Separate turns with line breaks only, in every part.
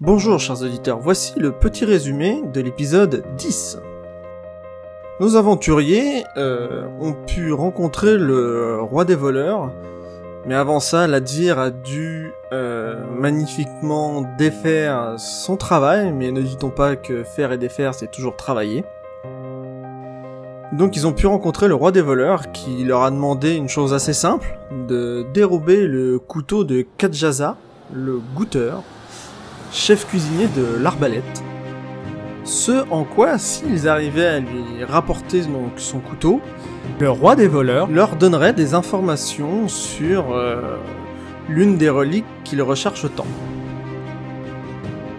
Bonjour chers auditeurs, voici le petit résumé de l'épisode 10. Nos aventuriers euh, ont pu rencontrer le roi des voleurs, mais avant ça, Ladir a dû euh, magnifiquement défaire son travail, mais ne dit-on pas que faire et défaire, c'est toujours travailler. Donc ils ont pu rencontrer le roi des voleurs qui leur a demandé une chose assez simple, de dérober le couteau de Kadjaza, le goûteur, chef cuisinier de l'arbalète. Ce en quoi, s'ils arrivaient à lui rapporter donc son couteau,
Le roi des voleurs,
leur donnerait des informations sur euh, l'une des reliques qu'ils recherchent tant.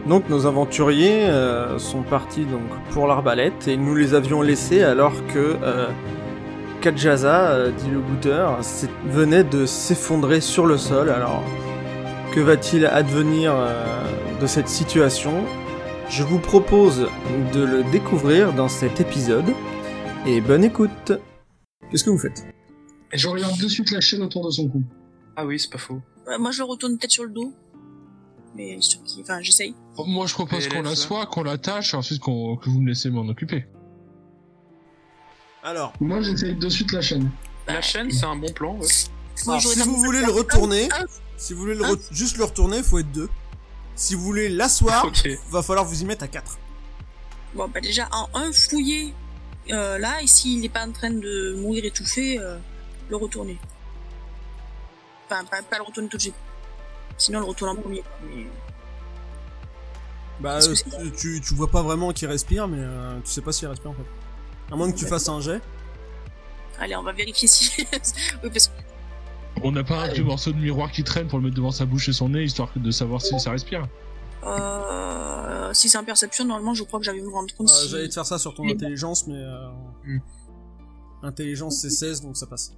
Donc nos aventuriers euh, sont partis donc pour l'arbalète et nous les avions laissés alors que euh, Kadjaza, euh, dit le goûteur, s'est- venait de s'effondrer sur le sol. Alors que va-t-il advenir euh, de cette situation Je vous propose de le découvrir dans cet épisode et bonne écoute. Qu'est-ce que vous faites
Et Je regarde de suite la chaîne autour de son cou.
Ah oui, c'est pas faux.
Ouais, moi, je le retourne peut-être sur le dos. Mais sur qui Enfin, j'essaye.
Oh, Moi, je propose
Et
qu'on
laisse-la.
l'assoie, qu'on l'attache, et ensuite qu'on que vous me laissez m'en occuper.
Alors,
Moi, j'essaye de suite la chaîne.
La chaîne, c'est un bon plan, ouais.
Moi,
Alors,
j'aurais
si
tendance
vous
à
voulez
faire
le retourner,
un- un-
si vous voulez le re- juste le retourner, faut être deux. Si vous voulez l'asseoir,
Ok.
va falloir vous y mettre à quatre.
Bon, bah déjà, en un, fouiller euh, là, et s'il n'est pas en train de mourir étouffé, euh, le retourner. Enfin, pas, pas le retourner tout de suite. Sinon, le retourne en premier. quoi, mais-
Bah,
Parce que
euh, tu-
c'est-
tu, tu vois pas vraiment qu'il respire, mais euh, tu sais pas s'il respire en fait. À moins que
Bah,
tu fasses un jet.
Allez, on va vérifier si. oui, parce que
On n'a pas un vieux morceau de miroir qui traîne pour le mettre devant sa bouche et son nez, histoire de savoir si ça respire.
euh, si c'est en perception, normalement, je crois que j'avais me rendre
Ah,
compte.
Euh,
si-
J'allais te faire ça sur ton
Oui.
intelligence, mais. euh,
Hmm.
Intelligence, c'est 16, donc ça passe.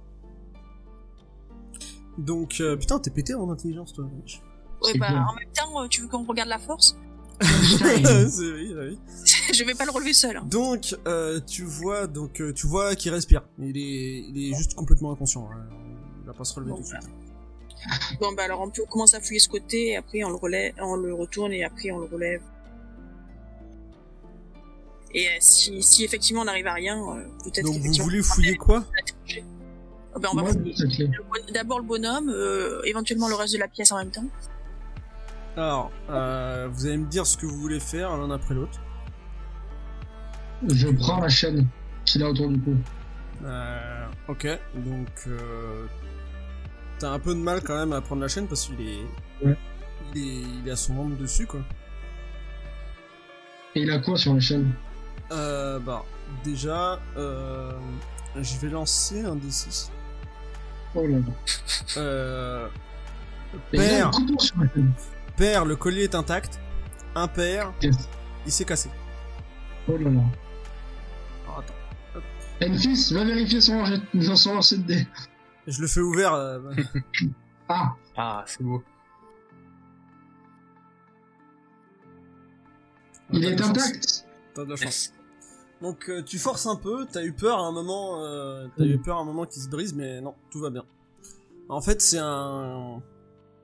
Donc, euh, putain, t'es pété en intelligence, toi. wesh.
Ouais,
c'est
bah,
bien.
en même temps, euh, tu veux qu'on regarde la force
Ah,
C'est- oui, oui.
Je vais pas le relever seul. hein.
Donc euh, tu vois donc euh, tu vois qu'il respire. Il est il est juste complètement inconscient. hein. Il va pas se relever
Bon, bah,
tout de suite.
Bon, bah alors, on peut commencer à fouiller ce côté, et après, on le, relève, on le retourne, et après, on le relève. Et euh, si, si effectivement on n'arrive à rien, euh, peut-être
Donc vous
qu'effectivement,
voulez fouiller quoi
Ah ben, on va
Moi,
fouiller
cette clé.
le bon- d'abord le bonhomme, euh, éventuellement le reste de la pièce en même temps.
Alors euh, vous allez me dire ce que vous voulez faire l'un après l'autre.
Je prends la chaîne qu'il a autour du cou.
Euh, ok donc euh, t'as un peu de mal quand même à prendre la chaîne parce qu'il est
Ouais.
il est il a son membre dessus quoi.
Et il a quoi sur la chaîne
Euh, bah déjà euh, je vais lancer un des 6
Oh là là.
Euh,
Et il a un
père
couteau sur la chaîne.
Père, le collier est intact. Impair,
Yes.
il s'est cassé.
Oh là là.
Alors, attends.
Enfis, va vérifier son jet, dans son lancer de dés.
Je le fais ouvert. euh,
Ah,
Ah, c'est beau.
il
t'as de
est
la chance.
intact
T'as de la chance. Donc euh, tu forces un peu, t'as eu peur à un moment, euh, t'as eu peur à un moment qu'il se brise, mais non, tout va bien. En fait, c'est un,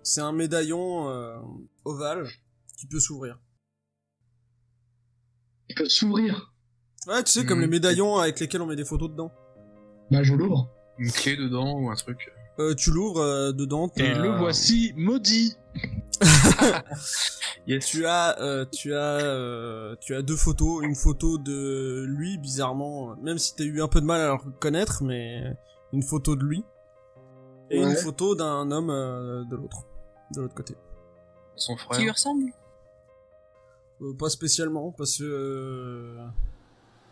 c'est un médaillon euh, ovale qui peut s'ouvrir.
Il peut s'ouvrir.
Ouais, tu sais comme
Mhm.
les
Mm.
médaillons avec lesquels on met des photos dedans.
Bah, je l'ouvre.
Une clé dedans ou un truc.
Euh, tu l'ouvres euh, dedans.
Et
t'as-
le voici maudit.
Yes.
Tu as, euh, tu as, euh, tu as deux photos. Une photo de lui, bizarrement, euh, même si t'as eu un peu de mal à le reconnaître, mais une photo de lui et
Ouais.
une photo d'un homme euh, de l'autre, de l'autre côté.
Son
Qui lui
frère.
ressemble
Euh, pas spécialement parce que euh,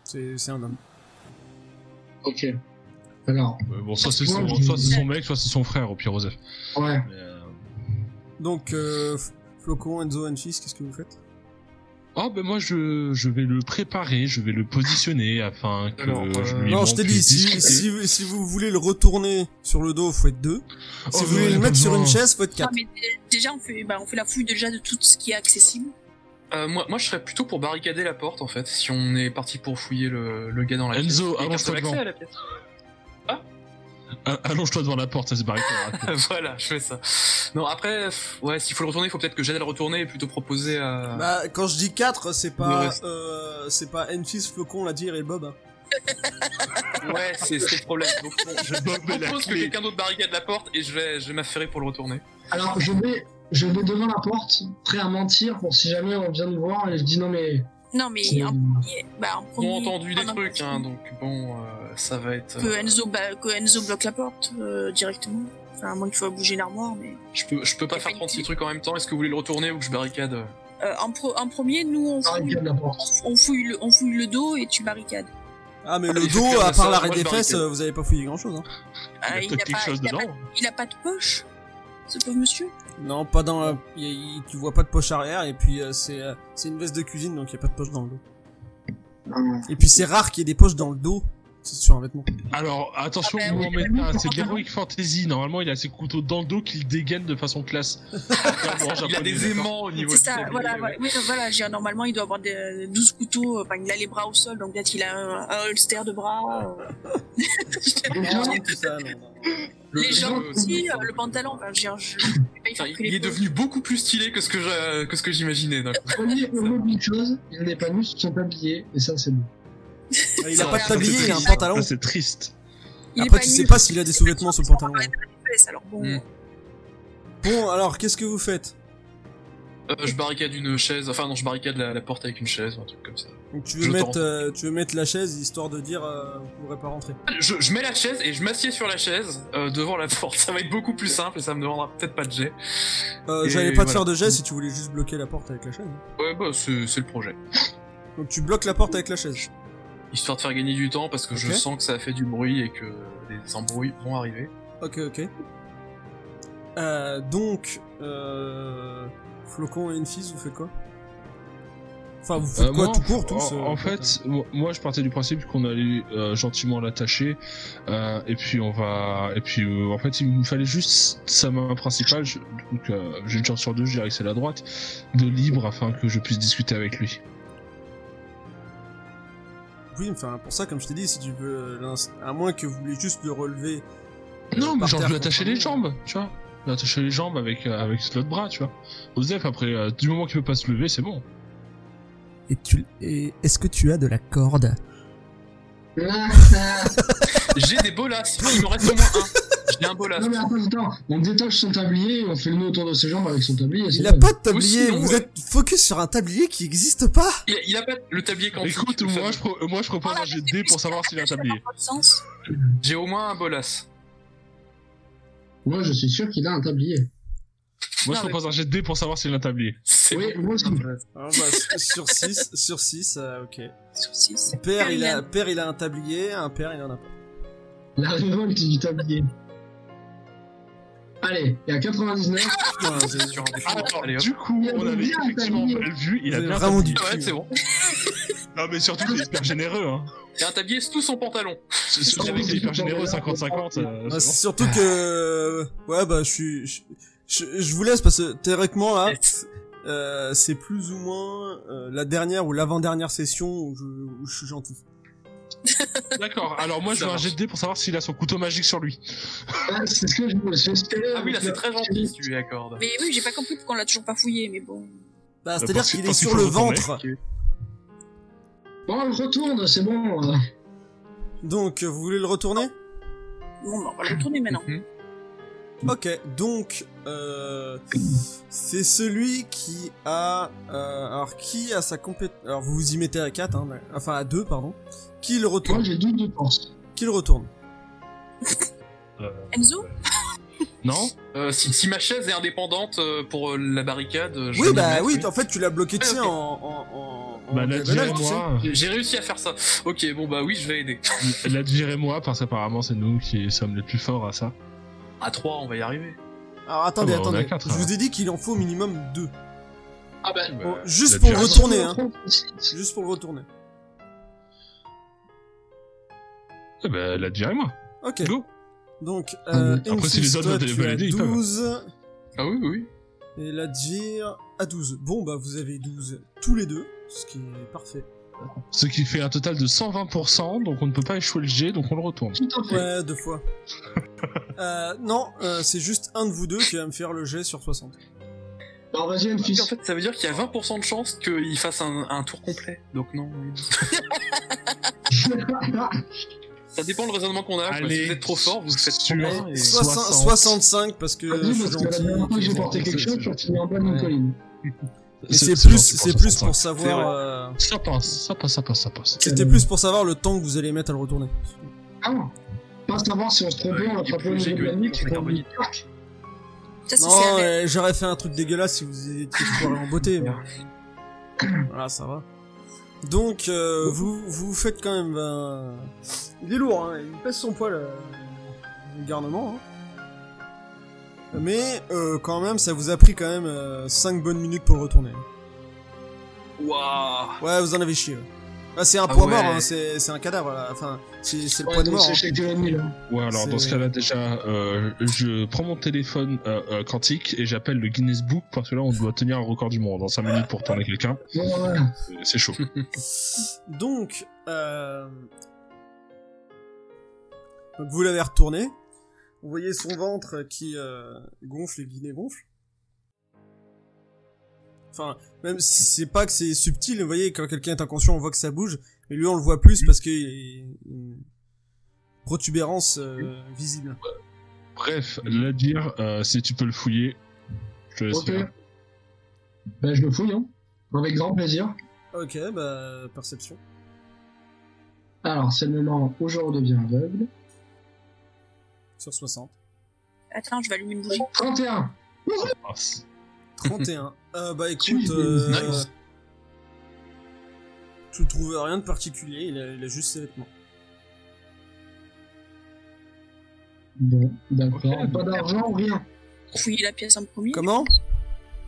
c'est c'est un homme.
Ok. Alors,
Euh, bon, soit c'est
Ouais,
son,
je-
soit c'est son mec, soit c'est son frère, au pire, Joseph.
ouais.
Mais, euh,
Donc euh, F- Flocon, Enzo, Enfis, qu'est-ce que vous faites
Oh, ben moi, je, je vais le préparer, je vais le positionner afin que
Alors, euh,
je lui
Non,
montre
je t'ai
les
dit si,
disques.
si, vous- si vous voulez le retourner sur le dos, faut être deux. si
Oh,
vous
mais
voulez
on
le
a
mettre
pas
sur une
besoin.
chaise, faut être
Ah,
quatre.
mais dé- déjà on fait, bah, on fait la fouille déjà de tout ce qui est accessible.
Euh, moi, moi, je serais plutôt pour barricader la porte, en fait, si on est parti pour fouiller le, le gars dans la pièce.
Enzo,
Il y a
avance-toi devant.
personne accès à la pièce.
Ah, Allonge-toi devant la porte, ça se barre.
voilà, je fais ça. Non, après, pff, ouais, s'il faut le retourner, il faut peut-être que j'aide à le retourner et plutôt proposer à.
Bah, quand je dis 4, c'est pas,
reste.
euh, c'est pas Enfis, Flocon, la dire et le Bob. hein.
Ouais, c'est c'est le problème. Donc, bon, je
Je bombais la
propose que
clé.
quelqu'un d'autre barricade la porte et je vais, je vais m'affairer pour le retourner.
Alors je vais, je vais devant la porte, prêt à mentir pour si jamais on vient nous voir et je dis non mais.
Non, mais
c'est-
en, bah, en premier.
Ils ont entendu des
en
trucs,
entretien,
hein, donc bon, euh, ça va être.
Que
euh,
Enzo, bah, que Enzo bloque la porte euh, directement. Enfin, à moins qu'il faut bouger l'armoire, mais.
Je peux, je peux pas
Y'a
faire
pas une
36
clé.
trucs en même temps. Est-ce que vous voulez le retourner ou que je barricade euh
Euh, en, pro- en premier, nous, on fouille,
Barricade la porte.
on, fouille le, on fouille le dos et tu barricades.
Ah, mais
Ah,
le
il fait plus
dos, à
rien,
part
ça,
l'arrêt
moi,
des
je
fesses,
barricade.
euh, vous avez pas fouillé grand chose, hein.
Il y
Ah,
a peut-être quelque
pas,
chose
il, a
dedans.
pas, il a pas de poche, ce pauvre monsieur.
Non, pas dans la... y a- y- tu vois pas de poche arrière, et puis euh, c'est euh, c'est une veste de cuisine, donc y a pas de poche dans le dos.
Non,
Et puis c'est rare qu'il y ait des poches dans le dos. C'est sur un vêtement.
Alors, attention,
Ah bah
vous
oui,
en
j'ai
mettez
pas
un.
mis
C'est de
pour
l'Heroic Fantasy. Normalement, il a ses couteaux dans le dos qu'il dégaine de façon classe. Vraiment,
Il a
japonais,
des
d'accord.
aimants au niveau
C'est
du
ça,
tablier,
voilà,
ouais.
voilà, Oui, voilà, je veux dire, normalement, il doit avoir des, 12 couteaux, euh, enfin, il a les bras au sol, donc peut-être qu'il a un, un holster de bras. euh,
Déjà,
Tout ça, non, non.
Le-
les
le-
jambes
le-
aussi, euh, le pantalon, enfin, je veux dire, je- je vais pas
Putain,
y faire
il
que
il
les
est devenu beaucoup plus stylé que ce que je- que ce que j'imaginais. d'un coup.
premier on oublie une chose, il n'est pas nu sur son tablier et ça c'est bon.
Ah, Il a
Ça,
pas de
ça, c'est
tablier, il a un
triste.
pantalon.
Ça, c'est triste.
Il est
Après, tu
nu,
sais pas s'il a des sous-vêtements sur le pantalon. hein.
fesses, alors bon.
Hmm.
Mm.
Bon, alors, qu'est-ce que vous faites
Euh, je barricade une chaise. Enfin non, je barricade la, la porte avec une chaise ou un truc comme ça.
Donc, tu, veux
Je
mettre,
tente.
euh, tu veux mettre la chaise, histoire de dire euh, vous pourrez pas rentrer.
Je, je mets la chaise et je m'assieds sur la chaise euh, devant la porte. Ça va être beaucoup plus simple et ça me demandera peut-être pas de jet.
Euh,
Et
J'allais pas te
voilà.
faire de geste si tu voulais juste bloquer la porte avec la chaise.
Ouais bah c'est c'est le projet.
Donc tu bloques la porte avec la chaise.
Histoire de faire gagner du temps parce que je
Ok.
sens que ça a fait du bruit et que des embrouilles vont arriver.
Ok, ok. Euh, donc, euh, Flocon et Enfis, vous faites quoi Enfin, vous faites
Euh,
quoi
moi,
tout court,
en-
tous euh,
En fait, moi- moi je partais du principe qu'on allait euh, gentiment l'attacher euh, et puis on va et puis euh, en fait il me fallait juste sa main principale. je- donc euh, j'ai une chance sur deux, je dirais que c'est la droite de libre afin que je puisse discuter avec lui.
Oui, enfin, pour ça, comme je t'ai dit, si tu veux, l'ins- à moins que vous voulez juste le relever. euh,
Non, mais
par
genre
terre
je lui attacher les
contre
jambes, tu vois. Lui attacher les jambes avec euh, avec l'autre bras, tu vois. Osef après euh, du moment qu'il peut pas se lever, c'est bon.
Et tu, et est-ce que tu as de la corde
Là,
J'ai des bolas. Il me reste au moins un. J'ai un bolas.
non mais attends, attends, on détache son tablier, on fait le nœud autour de ses jambes avec son tablier.
Il
c'est
a
bon.
pas de tablier,
Ou sinon,
vous
ouais.
êtes focus sur un tablier qui existe pas
Il a, il a pas le tablier quand
Écoute, moi je pro- moi je
Oh,
propose
Ah,
un jet de dés pour savoir s'il a un
Ça n'a
tablier.
pas de sens.
j'ai au moins un bolas.
Moi je suis sûr qu'il a un tablier.
Moi
Non,
je propose un jet de dés pour savoir s'il a un tablier.
C'est
Oui, moi aussi.
Alors, bah, s- Sur 6, sur 6, ok.
Sur six.
Père il, a,
Ariane.
père, il a un tablier, un père, il en a pas.
La révolte du tablier. Allez, il y a 99.
Ah
Putain, j'ai-
sur un
Alors,
Allez, hop. Ah
du coup,
Il avait
on avait
bien un
effectivement
tablier.
mal vu, il
Vous
a
avez
bien
vraiment
dit.
du
Ouais, c'est bon.
Non, mais surtout, c'est hyper généreux, hein.
Et un tablier sous son pantalon.
Ce-
Oh,
ce- Ce mec est hyper généreux, 50-50. euh,
Bah,
c'est
c'est surtout que. Ouais, bah, je suis. Je, je- je vous laisse parce que théoriquement, là, euh, c'est plus ou moins euh, la dernière ou l'avant-dernière session où je, où je suis gentil. Bah,
bon. D'accord, alors moi je
Ça
veux un
marche.
jet de dés pour savoir s'il a son couteau magique sur lui.
Ah, c'est ce que je me suis espéré.
Ah oui, là c'est très gentil si tu lui accordes.
Mais oui, j'ai pas compris pourquoi on l'a toujours pas fouillé, mais bon.
Bah, c'est-à-dire
parce que-
qu'il est
parce qu'il
sur
faut
le
retourner.
ventre.
Bon, on le retourne, c'est bon.
Donc, vous voulez le retourner
Bon, bah, on va le retourner maintenant.
Mhm.
Ok, donc euh, c'est celui qui a euh, alors qui a sa compétence. Alors vous vous y mettez à 4, hein, mais- enfin à 2 pardon. Qui le
Moi,
retourne
j'ai doute de pense.
Qui le retourne
Enzo
Non
Euh, si, si ma chaise est indépendante euh, pour euh, la barricade, euh, je
Oui
vais
bah
m'y
oui,
mettre,
en fait tu l'as bloqué tiens
ok.
en en en. en
Ah, Bah, Ladvir
diagonale,
et
tu sais.
moi.
J'ai- J'ai réussi à faire ça. Ok, bon bah oui, je vais aider.
Ladvir et moi, parce qu'apparemment, c'est nous qui sommes les plus forts à ça.
À 3, on va y arriver.
Alors attendez,
Ah bah, on est à
attendez.
quatre,
Je vous
alors. Eh
ai dit qu'il en faut au minimum 2.
Ah bah,
juste
la
pour le
diagonale.
retourner hein. Juste pour le retourner.
Eh ben, Ladvir et moi.
Ok.
Go
Donc euh,
Ah, Après, si
Infist,
les autres
toi,
veulent
tu as
valider, ils peuvent.
12
Ah oui, oui.
et la dire à 12. Bon bah vous avez 12 tous les deux, ce qui est parfait.
Ce qui fait un total de 120%, donc on ne peut pas échouer le jet, donc on le retourne.
Tout à fait.
Ouais, deux fois. Euh, non, euh, c'est juste un de vous deux qui va me faire le jet sur 60.
Alors vas-y, une
En fait, ça veut dire qu'il y a 20% de chance qu'il fasse un, un tour complet. Donc non. oui.
Ah,
Ça dépend le raisonnement qu'on a. quoi.
Allez.
Si vous êtes trop fort, vous faites trop
Sur-
bien. Et...
60,
60.
65 parce que je
Vas-y,
suis
Ah parce que la
gentil,
dernière fois que j'ai
tu vois.
porté quelque
c'est-
chose,
c'est
je
gentil.
suis en bas de mon
Ouais.
colline.
Et c'est plus, c'est plus pour
C'est
savoir.
vrai.
euh,
Ça passe, ça passe, ça passe, ça passe.
C'était plus pour savoir le temps que vous allez mettre à le retourner.
Ah non. Pas savoir si on se
Ouais, il
trompait, on
est hein.
l'attrapait
plus
au
léger
niveau de
que
la
les
nuque,
autres
et qu'on dit
carboniques.
tac.
Ça, c'est
Non,
fait avec.
euh, j'aurais fait un truc dégueulasse si vous étiez foiré en beauté. mais- voilà, ça va. Donc, euh, vous vous faites quand même. euh, Il est lourd, hein, il pèse son poil, euh, le garnement. hein. Mais euh, quand même, ça vous a pris quand même 5 bonnes minutes pour le retourner.
Waouh.
Ouais, vous en avez chié. ouais. Ah, c'est un
Ah
poids
ouais.
mort, hein, c'est c'est un cadavre. là. Enfin, c'est c'est le
Ouais,
poids de
donc
mort.
hein.
hein.
c'est chez Jérémy, là.
Ouais, alors dans
C'est-
ce cas-là, déjà, euh, je prends mon téléphone euh, euh, quantique et j'appelle le Guinness Book parce que là, on doit tenir un record du monde en 5 minutes pour tourner quelqu'un.
Ouais, ouais.
Euh, C'est chaud.
Donc, euh... Donc vous l'avez retourné. Vous voyez son ventre qui euh, gonfle et guiné gonfle. Enfin, même si c'est pas que c'est subtil, vous voyez, quand quelqu'un est inconscient, on voit que ça bouge. Mais lui, on le voit plus parce qu'il y a une protubérance euh, visible.
Bref, la dire, euh, si tu peux le fouiller, je te laisse
Ok.
faire.
Ben, je le fouille, hein. Avec grand plaisir.
Ok, bah, perception.
Alors, c'est le moment où je redeviens aveugle.
Sur 60.
Attends, je vais allumer une bougie.
31
Ah, c'est-
31. euh, bah écoute,
Nice.
euh, tu trouves rien de particulier, il a, il a juste ses vêtements.
Bon, d'accord.
Ok.
Pas d'argent, rien.
Fouiller la pièce en premier.
Comment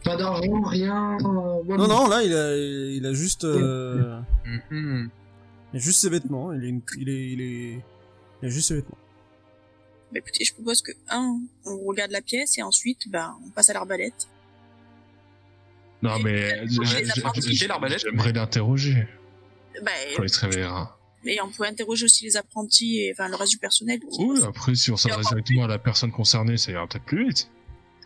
Pas d'argent, rien. euh,
Non,
voilà.
non, là il a, il a juste, euh,
Mhm.
il a juste ses vêtements. Il, est une- il, est, il, est, il a juste ses vêtements.
Bah, écoutez, je propose que, un, on regarde la pièce et ensuite, bah, on passe à l'arbalète.
Non, mais j'ai-
J'ai la
j'ai-
partie.
j'ai-
l'arbalète.
j'aimerais l'interroger
Bah,
quand il se hein. réveillera.
et on peut interroger aussi les apprentis et, enfin, le reste du personnel.
Oui, après, si on s'adresse directement à la personne concernée, ça ira peut-être plus vite.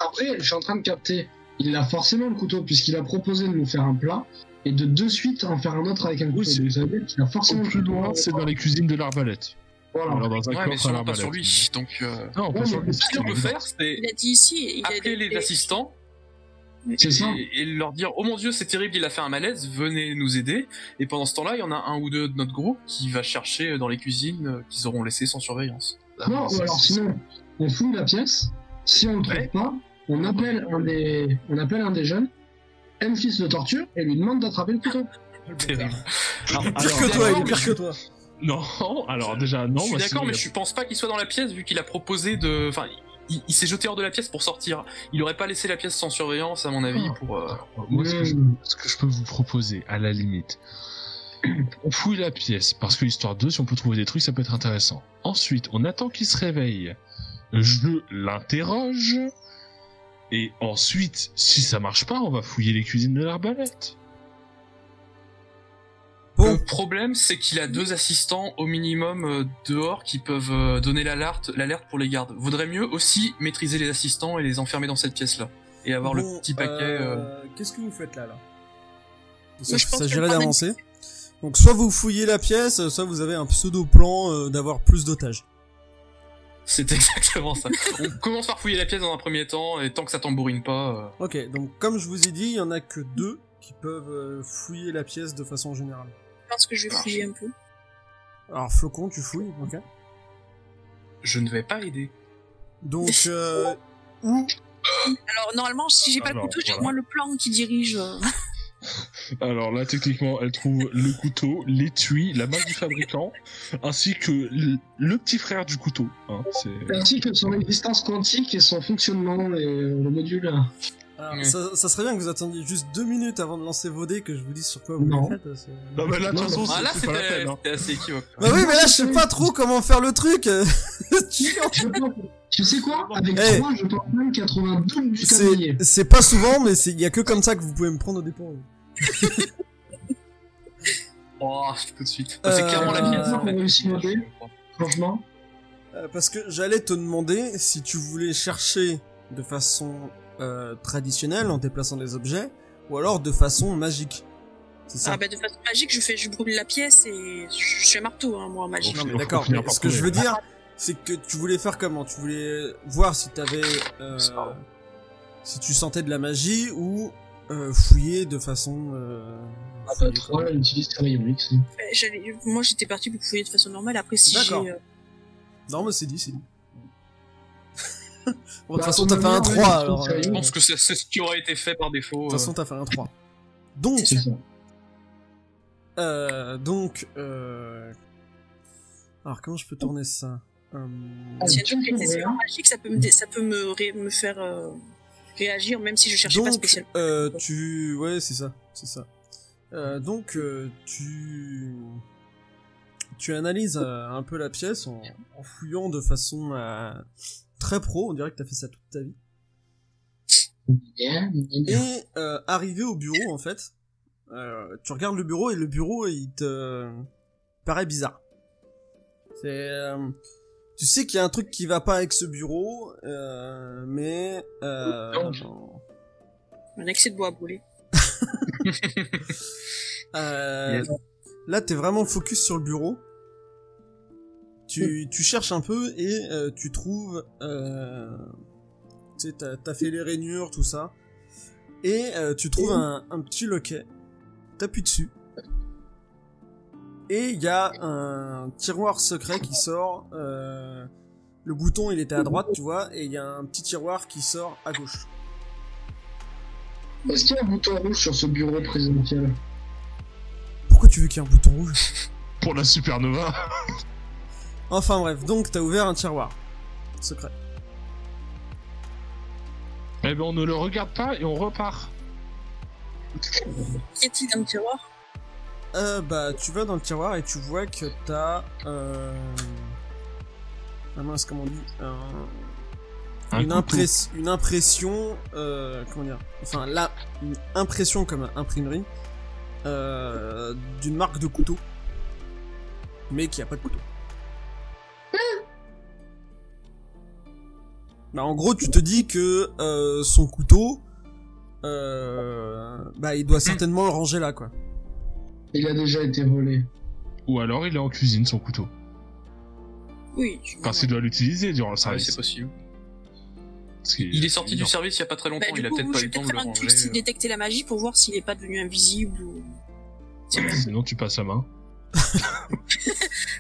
Après, je suis en train de capter. Il a forcément le couteau, puisqu'il a proposé de nous faire un plat, et de de suite en faire un autre avec un couteau.
c'est-
Vous savez qu'il a
Au
forcément
plus loin, c'est dans les cuisines de l'arbalète.
Voilà.
Alors, bah, dans un
Ouais,
coffre
mais
à
sûrement pas
l'arbalète.
sur lui. Donc, euh,
Non,
Ouais,
pas sur
mais
lui.
c'est
ce qu'on peut faire, c'est
Il a dit ici, et il a
appeler
dit-
les assistants
C'est ça.
et, et leur dire Oh mon dieu, c'est terrible, il a fait un malaise, venez nous aider. Et pendant ce temps-là, il y en a un ou deux de notre groupe qui va chercher dans les cuisines euh, qu'ils auront laissées sans surveillance.
Non, ou alors sinon, on fouille la pièce. Si on le trouve
Ouais.
pas, on appelle un des, on appelle un des jeunes, un fils de torture, et lui demande d'attraper le couteau.
Terrible. Ah, Alors,
Pire
alors,
que toi, il est
mais
pire que toi.
Non, alors déjà, non.
je suis
moi,
d'accord,
sinon,
mais
il y a-
je pense pas qu'il soit dans la pièce vu qu'il a proposé de. Enfin, il, il s'est jeté hors de la pièce pour sortir. Il aurait pas laissé la pièce sans surveillance, à mon avis, pour. euh,
Moi, ce que, je,
Mmh.
ce que je peux vous proposer, à la limite, on fouille la pièce, parce que histoire 2, si on peut trouver des trucs, ça peut être intéressant. Ensuite, on attend qu'il se réveille. Je l'interroge. Et ensuite, si ça marche pas, on va fouiller les cuisines de l'arbalète.
Bon,
Le problème, c'est qu'il a deux assistants au minimum euh, dehors qui peuvent euh, donner l'alerte, l'alerte pour les gardes. Vaudrait mieux aussi maîtriser les assistants et les enfermer dans cette pièce-là. Et avoir
bon,
le petit paquet. euh,
euh, Qu'est-ce que vous faites là, là Il
Moi, je pense
s'agirait
que-
d'avancer. Donc soit vous fouillez la pièce, soit vous avez un pseudo plan euh, d'avoir plus d'otages.
C'est exactement ça. On commence par fouiller la pièce dans un premier temps, et tant que ça tambourine pas. euh,
Ok, donc comme je vous ai dit, il y en a que deux qui peuvent euh, fouiller la pièce de façon générale.
Je pense que je vais fouiller un peu.
Alors flocon, tu fouilles, ok.
euh, je ne vais pas aider.
Donc euh, où
Alors, normalement, si j'ai pas
Ah
le
Alors,
couteau, j'ai au
voilà.
moins le plan qui dirige. euh.
Alors là, techniquement, elle trouve le couteau, l'étui, la main du fabricant, ainsi que l- le petit frère du couteau. hein, c'est-
Ainsi que son existence quantique et son fonctionnement et euh, le module. euh,
Alors,
Ouais.
ça, ça serait bien que vous attendiez juste deux minutes avant de lancer vos dés que je vous dise sur quoi vous
Non.
les faites. c'est-
Non, mais là, de toute
Non,
façon,
Ah, là,
c'est c'est pas la
c'était
peine. hein.
c'était assez équivoque.
Bah oui, mais là je sais pas trop comment faire le truc.
je pense- Tu sais quoi Avec
Eh.
3, je pense même 82 du tablier.
C'est- C'est pas souvent, mais c'est- il y a que comme ça que vous pouvez me prendre au dépourvu.
Oh, tout de suite. C'est
Euh,
clairement la pièce. en
on
fait.
réussit à
Je
voter.
crois.
Franchement,
Euh, parce que j'allais te demander si tu voulais chercher de façon euh, traditionnelle en déplaçant des objets ou alors de façon magique. C'est ça.
Ah bah de façon magique, je fais, je brûle la pièce et je je fais marteau, hein, moi, en magie.
Non, mais
On
d'accord.
finira
mais
par
Ce que je
trouver.
veux dire, c'est que tu voulais faire comment Tu voulais voir si t'avais, euh, si tu sentais de la magie ou euh, fouiller de façon. Euh,
ah bah,
fouiller, quoi.
3, elle utilise Travaillon X.
Euh, j'allais- Moi, j'étais parti pour fouiller de façon normale. Après, si j'ai...
D'accord.
euh,
Non, mais c'est dit, c'est dit. bon, de toute
Bah,
façon,
on
t'as
a
fait un
bien
3,
vu,
alors.
c'est
euh,
sérieux.
Je
De
pense que c'est c'est ce qui aurait été fait par défaut.
toute
euh.
façon, t'as fait un 3. Donc,
C'est ça.
euh, donc, euh... Alors, comment je peux tourner ça Hum,
Ah,
Si un
tu
truc est
peux,
nécessairement magique, ça peut me, dé- ça peut me, ré- me faire euh, réagir, même si je cherchais pas
Donc,
spécialement.
euh, tu... Ouais, c'est ça, c'est ça. Euh, donc, euh, tu... Tu analyses euh, un peu la pièce en, en fouillant de façon euh, très pro, on dirait que t'as fait ça toute ta vie.
Bien, bien, bien.
Et euh, arrivé au bureau, en fait, euh, tu regardes le bureau et le bureau, il te paraît bizarre. C'est, euh, tu sais qu'il y a un truc qui va pas avec ce bureau, euh, mais euh,
Un excès de bois à brûler.
euh, là, t'es vraiment focus sur le bureau. Tu, tu cherches un peu et euh, tu trouves. Euh, tu sais, t'as t'as fait les rainures, tout ça. Et euh, tu trouves un, un petit loquet. T'appuies dessus. Et il y a un tiroir secret qui sort. euh, le bouton, il était à droite, tu vois, et il y a un petit tiroir qui sort à gauche.
Est-ce qu'il y a un bouton rouge sur ce bureau présidentiel
Pourquoi tu veux qu'il y ait un bouton rouge
Pour la supernova
Enfin bref, donc t'as ouvert un tiroir secret.
Eh ben, on ne le regarde pas et on repart.
Qu'y a-t-il dans le tiroir
Euh, bah, tu vas dans le tiroir et tu vois que t'as. Euh... Ah mince, comment on dit Un-
Un
une,
couteau.
impress- une impression. Euh, comment dire Enfin, là, une impression comme imprimerie euh, d'une marque de couteau. Mais qui a pas de couteau. Bah, en gros, tu te dis que euh, son couteau. Euh, bah,
Mm.
il doit certainement le ranger là, quoi.
Il a déjà été volé.
Ou alors il est en cuisine son couteau.
Oui. je-
Parce qu'il doit l'utiliser durant le
Ah oui,
service.
c'est possible.
Parce qu'il-
Il est sorti du
non.
service il y a pas très longtemps,
Bah,
il
du
a
coup,
peut-être
je
pas eu
vais
le temps
peut-être
de
faire
le
un
ranger. euh.
truc style détecter la magie pour voir s'il est pas devenu invisible ou...
Sinon tu passes la main.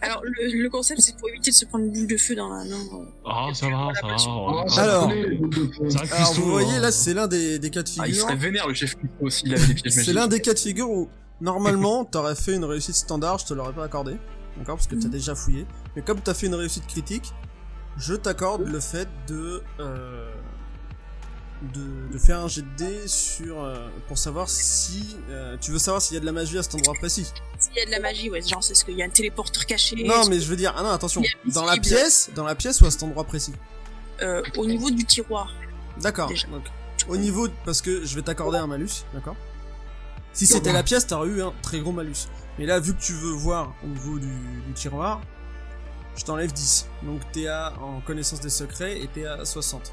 Alors, le, le concept, c'est pour éviter de se prendre une boule de feu dans la main. euh.
Ah ça va, ça va. on est
Alors.
pas-
c'est Ah, volé, le bout de feu.
C'est un
Alors
cuistot,
vous voyez
hein.
là c'est l'un des, des cas de
Ah, il
figure.
serait vénère le chef Cousteau s'il avait des pièges magiques.
c'est l'un des cas de figure où normalement t'aurais fait une réussite standard, je te l'aurais pas accordé. D'accord Parce que t'as déjà fouillé. Mais comme t'as fait une réussite critique, je t'accorde le fait de, euh, de de faire un jet de dés sur euh, pour savoir si euh, tu veux savoir s'il y a de la magie à cet endroit précis.
S'il y a de la magie, ouais, genre, c'est ce qu'il y a un téléporteur caché.
Non mais je veux dire ah non attention
Il y a
dans la
visible.
pièce dans la pièce ou à cet endroit précis.
euh, au niveau du tiroir.
D'accord.
Déjà.
donc, Au niveau, parce que je vais t'accorder un malus, d'accord Si c'était la pièce, t'aurais eu un très gros malus. Mais là, vu que tu veux voir au niveau du, du tiroir, je t'enlève 10. Donc t'es à, en connaissance des secrets, et t'es à 60.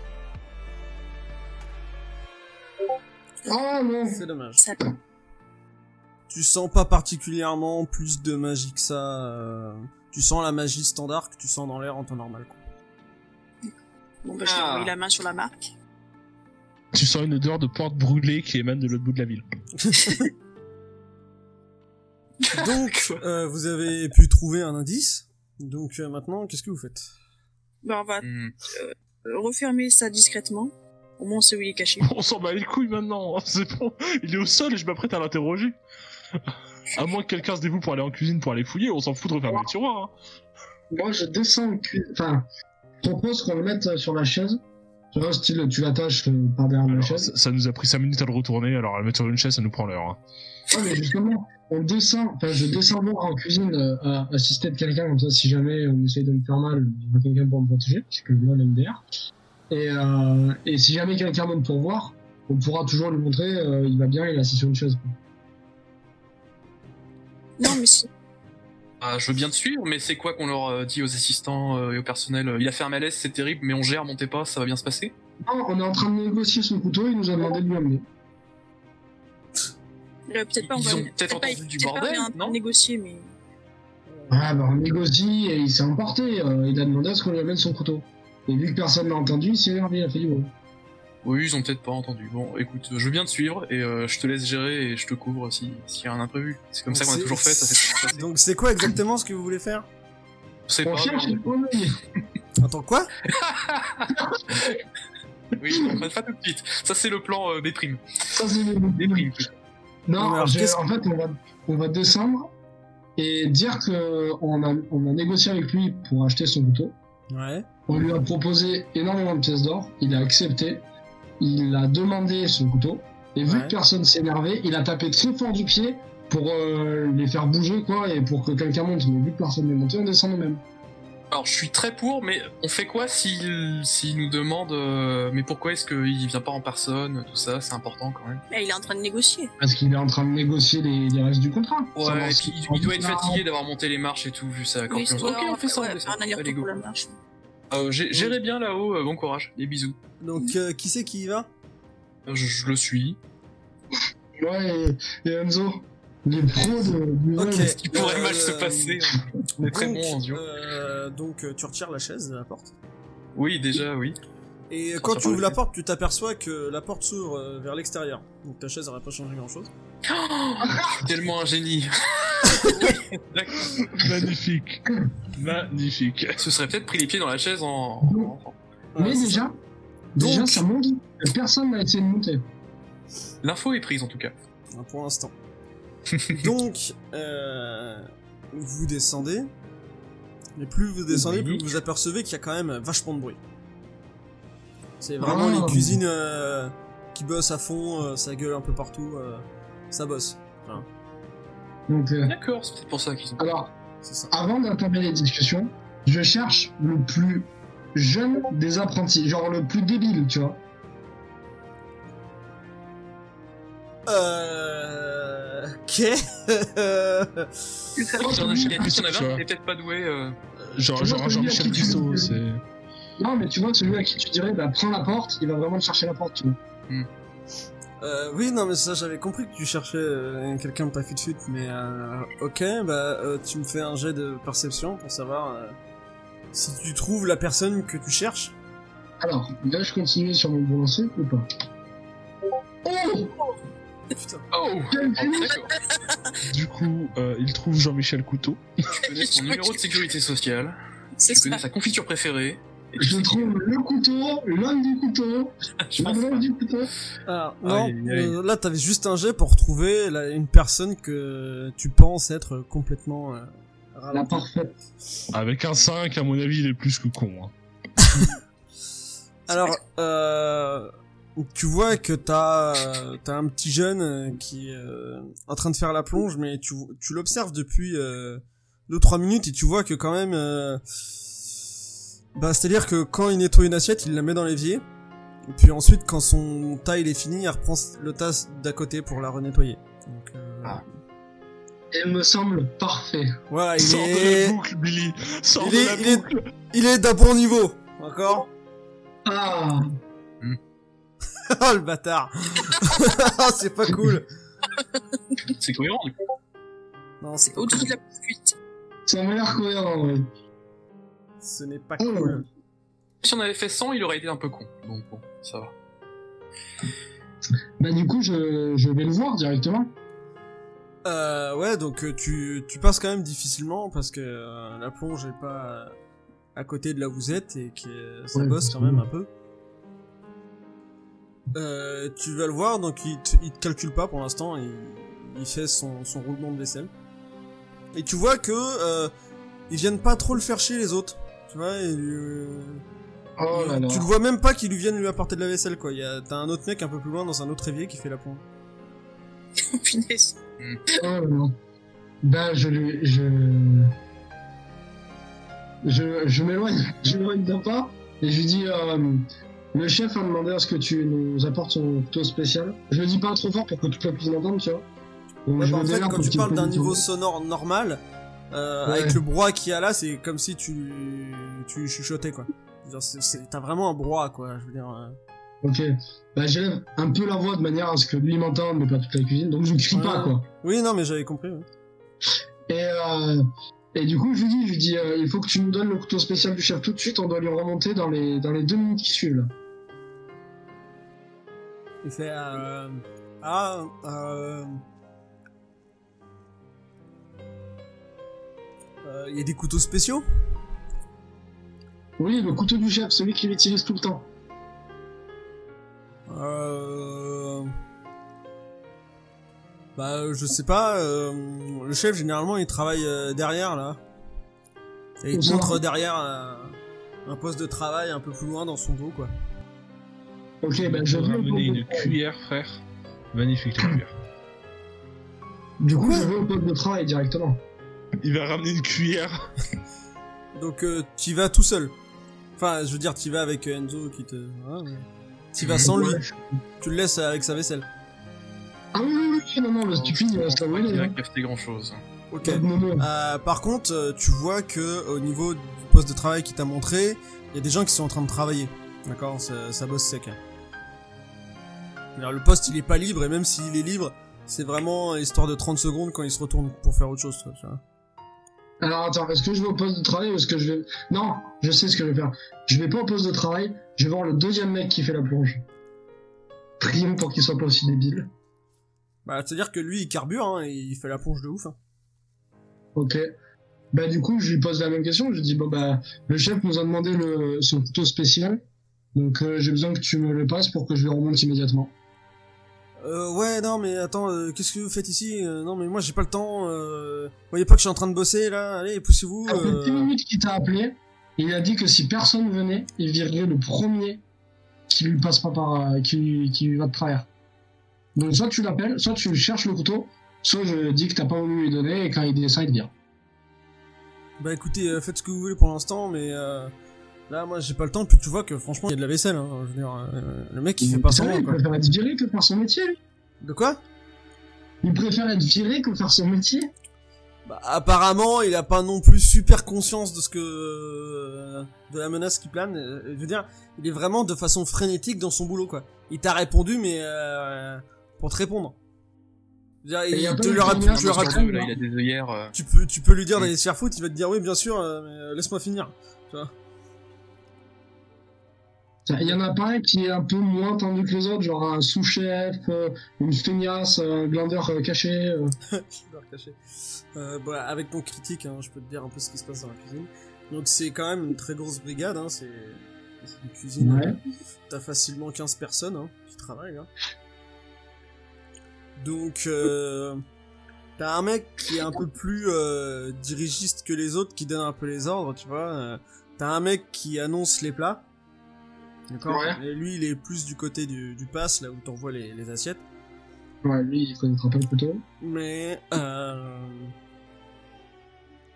Ah non
C'est dommage.
Ça...
Tu sens pas particulièrement plus de magie que ça. euh, tu sens la magie standard que tu sens dans l'air en temps normal. quoi.
Bon, bah, je vais
Ah.
remis la main sur la marque.
Tu sens une odeur de porte brûlée qui émane de l'autre bout de la ville.
Donc, euh, vous avez pu trouver un indice. Donc euh, maintenant, qu'est-ce que vous faites
Bah, on va
Hmm.
euh, refermer ça discrètement. Au moins, on sait où il est caché.
On s'en bat les couilles maintenant, hein, c'est bon. Il est au sol et je m'apprête à l'interroger. À moins que quelqu'un se dévoue pour aller en cuisine pour aller fouiller, on s'en fout de refermer le tiroir. hein.
Moi, je descends le cul. Enfin, je propose qu'on le mette euh, sur la chaise. Tu vois, style, tu l'attaches euh, par derrière la
Alors,
chaise.
ça, ça nous a pris 5 minutes à le retourner, alors à le mettre sur une chaise, ça nous prend l'heure. hein.
Ouais, mais justement, on descend. Enfin, je descends voir en cuisine euh, à assister de quelqu'un, comme ça, si jamais on essaye de me faire mal, il y aura quelqu'un pour me protéger, parce que moi, l'MDR. Et, euh, et si jamais quelqu'un monte pour voir, on pourra toujours lui montrer, euh, il va bien, il est assis sur une chaise. quoi.
Non, mais c'est.
Ah, je veux bien te suivre, mais c'est quoi qu'on leur euh, dit aux assistants euh, et au personnel Il a fait un malaise, c'est terrible, mais on gère, montez pas, ça va bien se passer.
Non, on est en train de négocier son couteau, il nous a demandé de lui amener.
Euh, peut-être pas, on
Ils
va.
ont peut-être
pas,
entendu du
peut-être pas, on est
bordel,
en train de
non
négocier, mais.
Ah bah on négocie et il s'est emporté, euh, il a demandé à ce qu'on lui amène son couteau. Et vu que personne n'a entendu, il s'est énervé, il a fait du bruit.
Oui, ils ont peut-être pas entendu. Bon, écoute, je veux bien te suivre et euh, je te laisse gérer et je te couvre si- s'il y a un imprévu. C'est comme ça qu'on a
C'est-
toujours fait, ça s'est toujours passé.
Donc c'est quoi exactement ce que vous voulez faire
On sait
On
pas,
cherche
mais-
le premier.
Attends, quoi
Oui, on va pas tout de suite. Ça, c'est le plan euh, des primes.
Ça c'est le
Des
Hmm.
primes. plutôt.
Non,
Mais alors,
je-
qu'est-ce-
en fait, on va, on va descendre et dire que on a, on a négocié avec lui pour acheter son couteau.
Ouais.
On lui a proposé énormément de pièces d'or, il a accepté, il a demandé son couteau, et vu
Ouais.
que personne s'est énervé, il a tapé très fort du pied pour euh, les faire bouger, quoi, et pour que quelqu'un monte. Mais vu que personne n'est monté, on descend nous-mêmes.
Alors, je suis très pour, mais on fait quoi s'il s'il nous demande euh, Mais pourquoi est-ce qu'il vient pas en personne Tout ça, c'est important quand même.
Là, ah, il est en train de négocier.
Parce qu'il est en train de négocier les, les restes du contrat. Savoir
Ouais, et
ce
puis,
qu'il
il,
prend
il doit
plus
être
tard.
fatigué d'avoir monté les marches et tout, vu sa corpulence.
c'est-
ok, on fait ça, on
ouais,
fait ça.
un alerte
Allez,
pour
go.
la marche.
Euh, gé- Gérez bien là-haut, euh, bon courage, des bisous.
Donc euh, qui c'est qui y va
Euh, Je, je le suis.
Ouais, et, et Enzo, les pros de, du
Ok.
web.
Il pourrait
Euh,
mal se passer. hein. On est très
donc,
bon en
oh.
duo.
euh, donc euh, tu retires la chaise de la porte.
Oui, déjà, oui.
Et
Ça
quand
sera
tu
pas
ouvres
le
la
cas.
porte, tu t'aperçois que la porte s'ouvre euh, vers l'extérieur. Donc ta chaise n'aurait pas changé grand chose.
Ah, Je suis tellement un génie.
Magnifique. Magnifique.
Ce serait peut-être pris les pieds dans la chaise en. en-
Mais déjà, déjà, ça monte. Personne n'a essayé de monter.
L'info est prise en tout cas.
pour l'instant. Donc, euh, vous descendez. Et plus vous descendez,
Oui.
plus vous apercevez qu'il y a quand même vachement de bruit. C'est vraiment
Ah.
les cuisines euh, qui bossent à fond, euh, ça gueule un peu partout, euh, ça bosse.
Donc, euh,
D'accord, c'est peut-être pour ça qu'ils ont.
alors,
C'est ça.
avant d'entamer les discussions, je cherche le plus jeune des apprentis, genre le plus débile, tu vois.
Euh... Ok.
Il y en a- il y en a un qui est peut-être pas doué. euh,
Genre, genre, genre Michel Tissot, c'est.
Non, mais tu vois, celui à qui tu dirais, bah, prends la porte, il va vraiment te chercher la porte, tu vois.
Euh, oui, non, mais ça, j'avais compris que tu cherchais euh, quelqu'un de ta fut fut, mais euh, ok, bah euh, tu me fais un jet de perception pour savoir euh, si tu trouves la personne que tu cherches.
Alors, là, je continue sur mon bon lancer ou pas Oh
Putain.
Oh
Quel génie
D'accord.
Du coup, euh, il trouve Jean-Michel Couteau.
Tu connais son numéro de sécurité sociale,
C'est
tu
ça.
connais sa confiture préférée. et tu
Je
sais
trouve le couteau, l'homme du couteau,
Je
la
pense
blague
pas.
du couteau.
Alors, non,
Aïe, aïe, aïe.
euh, là, t'avais juste un jet pour trouver la- une personne que tu penses être complètement euh,
La
ralentie.
parfaite.
Avec un 5, à mon avis, il est plus que con. hein.
Alors, euh, tu vois que t'as euh, t'as un petit jeune euh, qui est euh, en train de faire la plonge, mais tu, tu l'observes depuis euh, 2-3 minutes et tu vois que quand même... euh, bah, C'est-à-dire que quand il nettoie une assiette, il la met dans l'évier. Et puis ensuite, quand son tas il est fini, il reprend le tas d'à côté pour la renettoyer. Donc, euh,
Ah.
Elle me semble parfait.
Voilà, il
Sors de
est,
la boucle, Billy Sors
il
de
est-
la
il est-
boucle
il est d'un bon niveau. D'accord
Ah
Oh le bâtard C'est pas cool
C'est cohérent. du coup.
Non,
C'est au-dessus de la fuite.
Ça m'a l'air cohérent, ouais.
Ce n'est pas
Oh.
cool.
Si on avait fait 100, il aurait été un peu con. Donc bon, ça va.
Bah, du coup, je, je vais le voir directement.
Euh, ouais, donc euh, tu, tu passes quand même difficilement parce que euh, la plonge est pas euh, à côté de là où vous êtes et que euh, ça
Ouais,
bosse quand
forcément.
même un peu. Euh, tu vas le voir, donc il te, il te calcule pas pour l'instant, il, il fait son, son roulement de vaisselle. Et tu vois que euh, ils viennent pas trop le faire chier les autres. Tu vois, et, euh,
Oh là là.
tu le vois même pas qu'ils lui viennent lui apporter de la vaisselle quoi. Il y a- T'as un autre mec un peu plus loin dans un autre évier qui fait la plonge.
Punaise.
Oh là là. Bah, je lui. Je. Je, je m'éloigne. Je m'éloigne d'un pas. Et je lui dis euh, Le chef a demandé à ce que tu nous apportes son couteau spécial. Je le dis pas trop fort pour que tu puisses l'entendre, tu vois. Donc,
Ouais,
je
bah,
me
en fait,
démerde
quand
pour
tu
qu'il
parles
prenne
d'un
son-
niveau sonore normal, euh,
Ouais.
avec le brouhaha qu'il y a là, c'est comme si tu, tu chuchotais, quoi. Je veux dire, c'est- c'est- T'as vraiment un brouhaha, quoi. Je veux dire, euh,
Ok. Bah, j'élève un peu la voix de manière à ce que lui m'entende, mais pas toute la cuisine. Donc, je ne crie
Ouais.
pas, quoi.
Oui, non, mais j'avais compris. ouais.
Et, euh, et du coup, je lui dis, je lui dis euh, il faut que tu nous donnes le couteau spécial du chef tout de suite. On doit lui remonter dans les, dans les deux minutes qui suivent, là.
Il fait. euh, Ah, euh. euh, Il y a des couteaux spéciaux
Oui, le couteau du chef, celui qu'il utilise tout le temps.
Euh... Bah, je sais pas. euh, Le chef, généralement, il travaille euh, derrière, là. Et il te
Bonsoir.
montre derrière euh, un poste de travail un peu plus loin dans son dos, quoi.
Ok, bah, je
Je
vais au poste
ramener
de
une cuillère, frère. Magnifique la cuillère.
Du coup, je vais au poste de travail directement.
Il va ramener une cuillère.
Donc, euh, t'y vas tout seul. Enfin, je veux dire, t'y vas avec Enzo qui te. voilà, mais T'y vas sans lui. Tu le laisses avec sa vaisselle.
Ah oui, oui, oui, non, non, le stupide, il va se hein. la
Il
voiler.
va
hein.
cafeter grand chose.
Ok.
Pas de moment.
Euh, par contre, euh, tu vois que au niveau du poste de travail qui t'a montré, il y a des gens qui sont en train de travailler. D'accord, ça, ça bosse sec. hein. Alors le poste, il est pas libre et même s'il est libre, c'est vraiment histoire de 30 secondes quand il se retourne pour faire autre chose. quoi, tu vois.
Alors attends, est-ce que je vais au poste de travail ou est-ce que je vais... Non, je sais ce que je vais faire. Je vais pas au poste de travail, je vais voir le deuxième mec qui fait la plonge. Prions pour qu'il soit pas aussi débile.
Bah, c'est à dire que lui, il carbure, hein, et il fait la plonge de ouf. hein.
Ok. Bah du coup, je lui pose la même question. Je lui dis, bon bah, le chef nous a demandé le... son couteau spécial. Donc euh, j'ai besoin que tu me le passes pour que je le remonte immédiatement.
Euh, ouais, non, mais attends, euh, qu'est-ce que vous faites ici Euh, Non, mais moi, j'ai pas le temps. Euh... Voyez pas que je suis en train de bosser là. Allez, poussez-vous.
Ça fait 10
euh.
minutes qu'il t'a appelé. et Il a dit que si personne venait, il virerait le premier qui lui passe pas par, euh, qui, qui lui va de travers. Donc soit tu l'appelles, soit tu cherches le couteau, soit je dis que t'as pas voulu lui donner et quand il descend, il te vire.
Bah écoutez, euh, faites ce que vous voulez pour l'instant, mais euh, là moi j'ai pas le temps, puis tu vois que franchement il y a de la vaisselle, hein, je veux dire, euh, le mec il fait pas
Mais
semblant
sérieux,
quoi.
Il préfère être viré que faire son métier. lui.
De quoi
Il préfère être viré que faire son métier.
Bah apparemment il a pas non plus super conscience de ce que... euh, de la menace qui plane, euh, je veux dire, il est vraiment de façon frénétique dans son boulot quoi. Il t'a répondu mais euh, pour te répondre. Je veux dire,
Et y a
il
pas
te
eu
le
de
rappelle,
menace
tu le
sur
Parce
le
rappelles,
que là, il a des œillères. euh,
tu peux, tu peux lui dire d'aller se faire foutre, il va te dire oui bien sûr, euh, mais euh, laisse-moi finir.
Il y en a pas un qui est un peu moins tendu que les autres, genre un sous-chef, euh, une feignasse, un glandeur euh, caché. euh.
Je dois recacher. Euh, bah, avec mon critique, hein, je peux te dire un peu ce qui se passe dans la cuisine. Donc c'est quand même une très grosse brigade, hein, c'est c'est une cuisine.
Ouais.
euh, T'as facilement 15 personnes hein, qui travaillent. hein. Donc euh, t'as un mec qui est un peu plus euh, dirigiste que les autres, qui donne un peu les ordres, tu vois. euh, T'as un mec qui annonce les plats. D'accord
Ouais.
Et lui, il est plus du côté du, du pass, là où t'envoies les, les assiettes.
ouais, lui, il connaîtra pas le couteau.
Mais euh...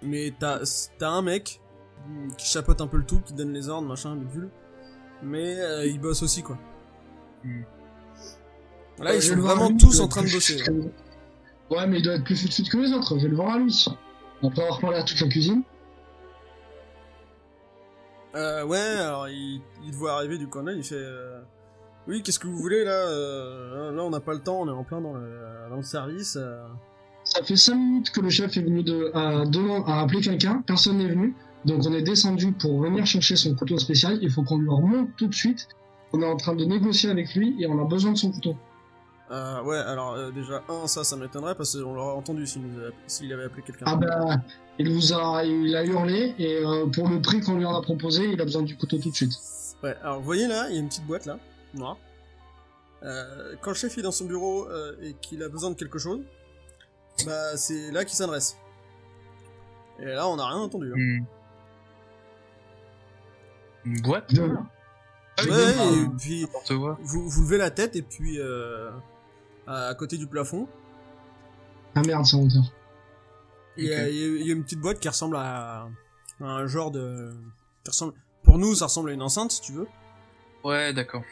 mais t'as t'as un mec mm, qui chapote un peu le tout, qui donne les ordres, machin, bidule. Mais euh, il bosse aussi quoi.
Hmm.
Là
Euh,
ils
je vais
sont
le voir à
vraiment
lui, il
tous
doit
en train
être
de
plus
bosser.
fut que- Ouais, mais il doit être plus fut fut que les autres, je vais le voir à lui. Après avoir parlé à toute la cuisine.
Euh, ouais, alors il, il te voit arriver du coin de l'œil, il fait euh, oui qu'est-ce que vous voulez là euh, Là on n'a pas le temps, on est en plein dans le dans le service. euh.
Ça fait 5 minutes que le chef est venu de, à, demand- à appeler quelqu'un, personne n'est venu. Donc on est descendu pour venir chercher son couteau spécial, il faut qu'on le remonte tout de suite. On est en train de négocier avec lui et on a besoin de son couteau.
Euh, ouais, alors euh, déjà un ça ça m'étonnerait parce qu'on l'aurait entendu s'il nous avait- s'il avait appelé quelqu'un.
Ah bah, il vous a, il a hurlé et euh, pour le prix qu'on lui en a proposé, il a besoin du couteau tout de suite.
Ouais, alors vous voyez là, il y a une petite boîte là, noire. Euh, quand le chef est dans son bureau euh, et qu'il a besoin de quelque chose, bah c'est là qu'il s'adresse. Et là on n'a rien entendu. hein.
Une une boîte
Je-
Ah oui,
Ouais,
non,
et
bah,
puis
n'importe quoi.
vous, vous levez la tête et puis euh, à à côté du plafond,
Ah merde, c'est en hauteur.
il y a- il y, a- il y a une petite boîte qui ressemble à, à un genre de... qui ressemble- pour nous ça ressemble à une enceinte si tu veux,
Ouais, d'accord.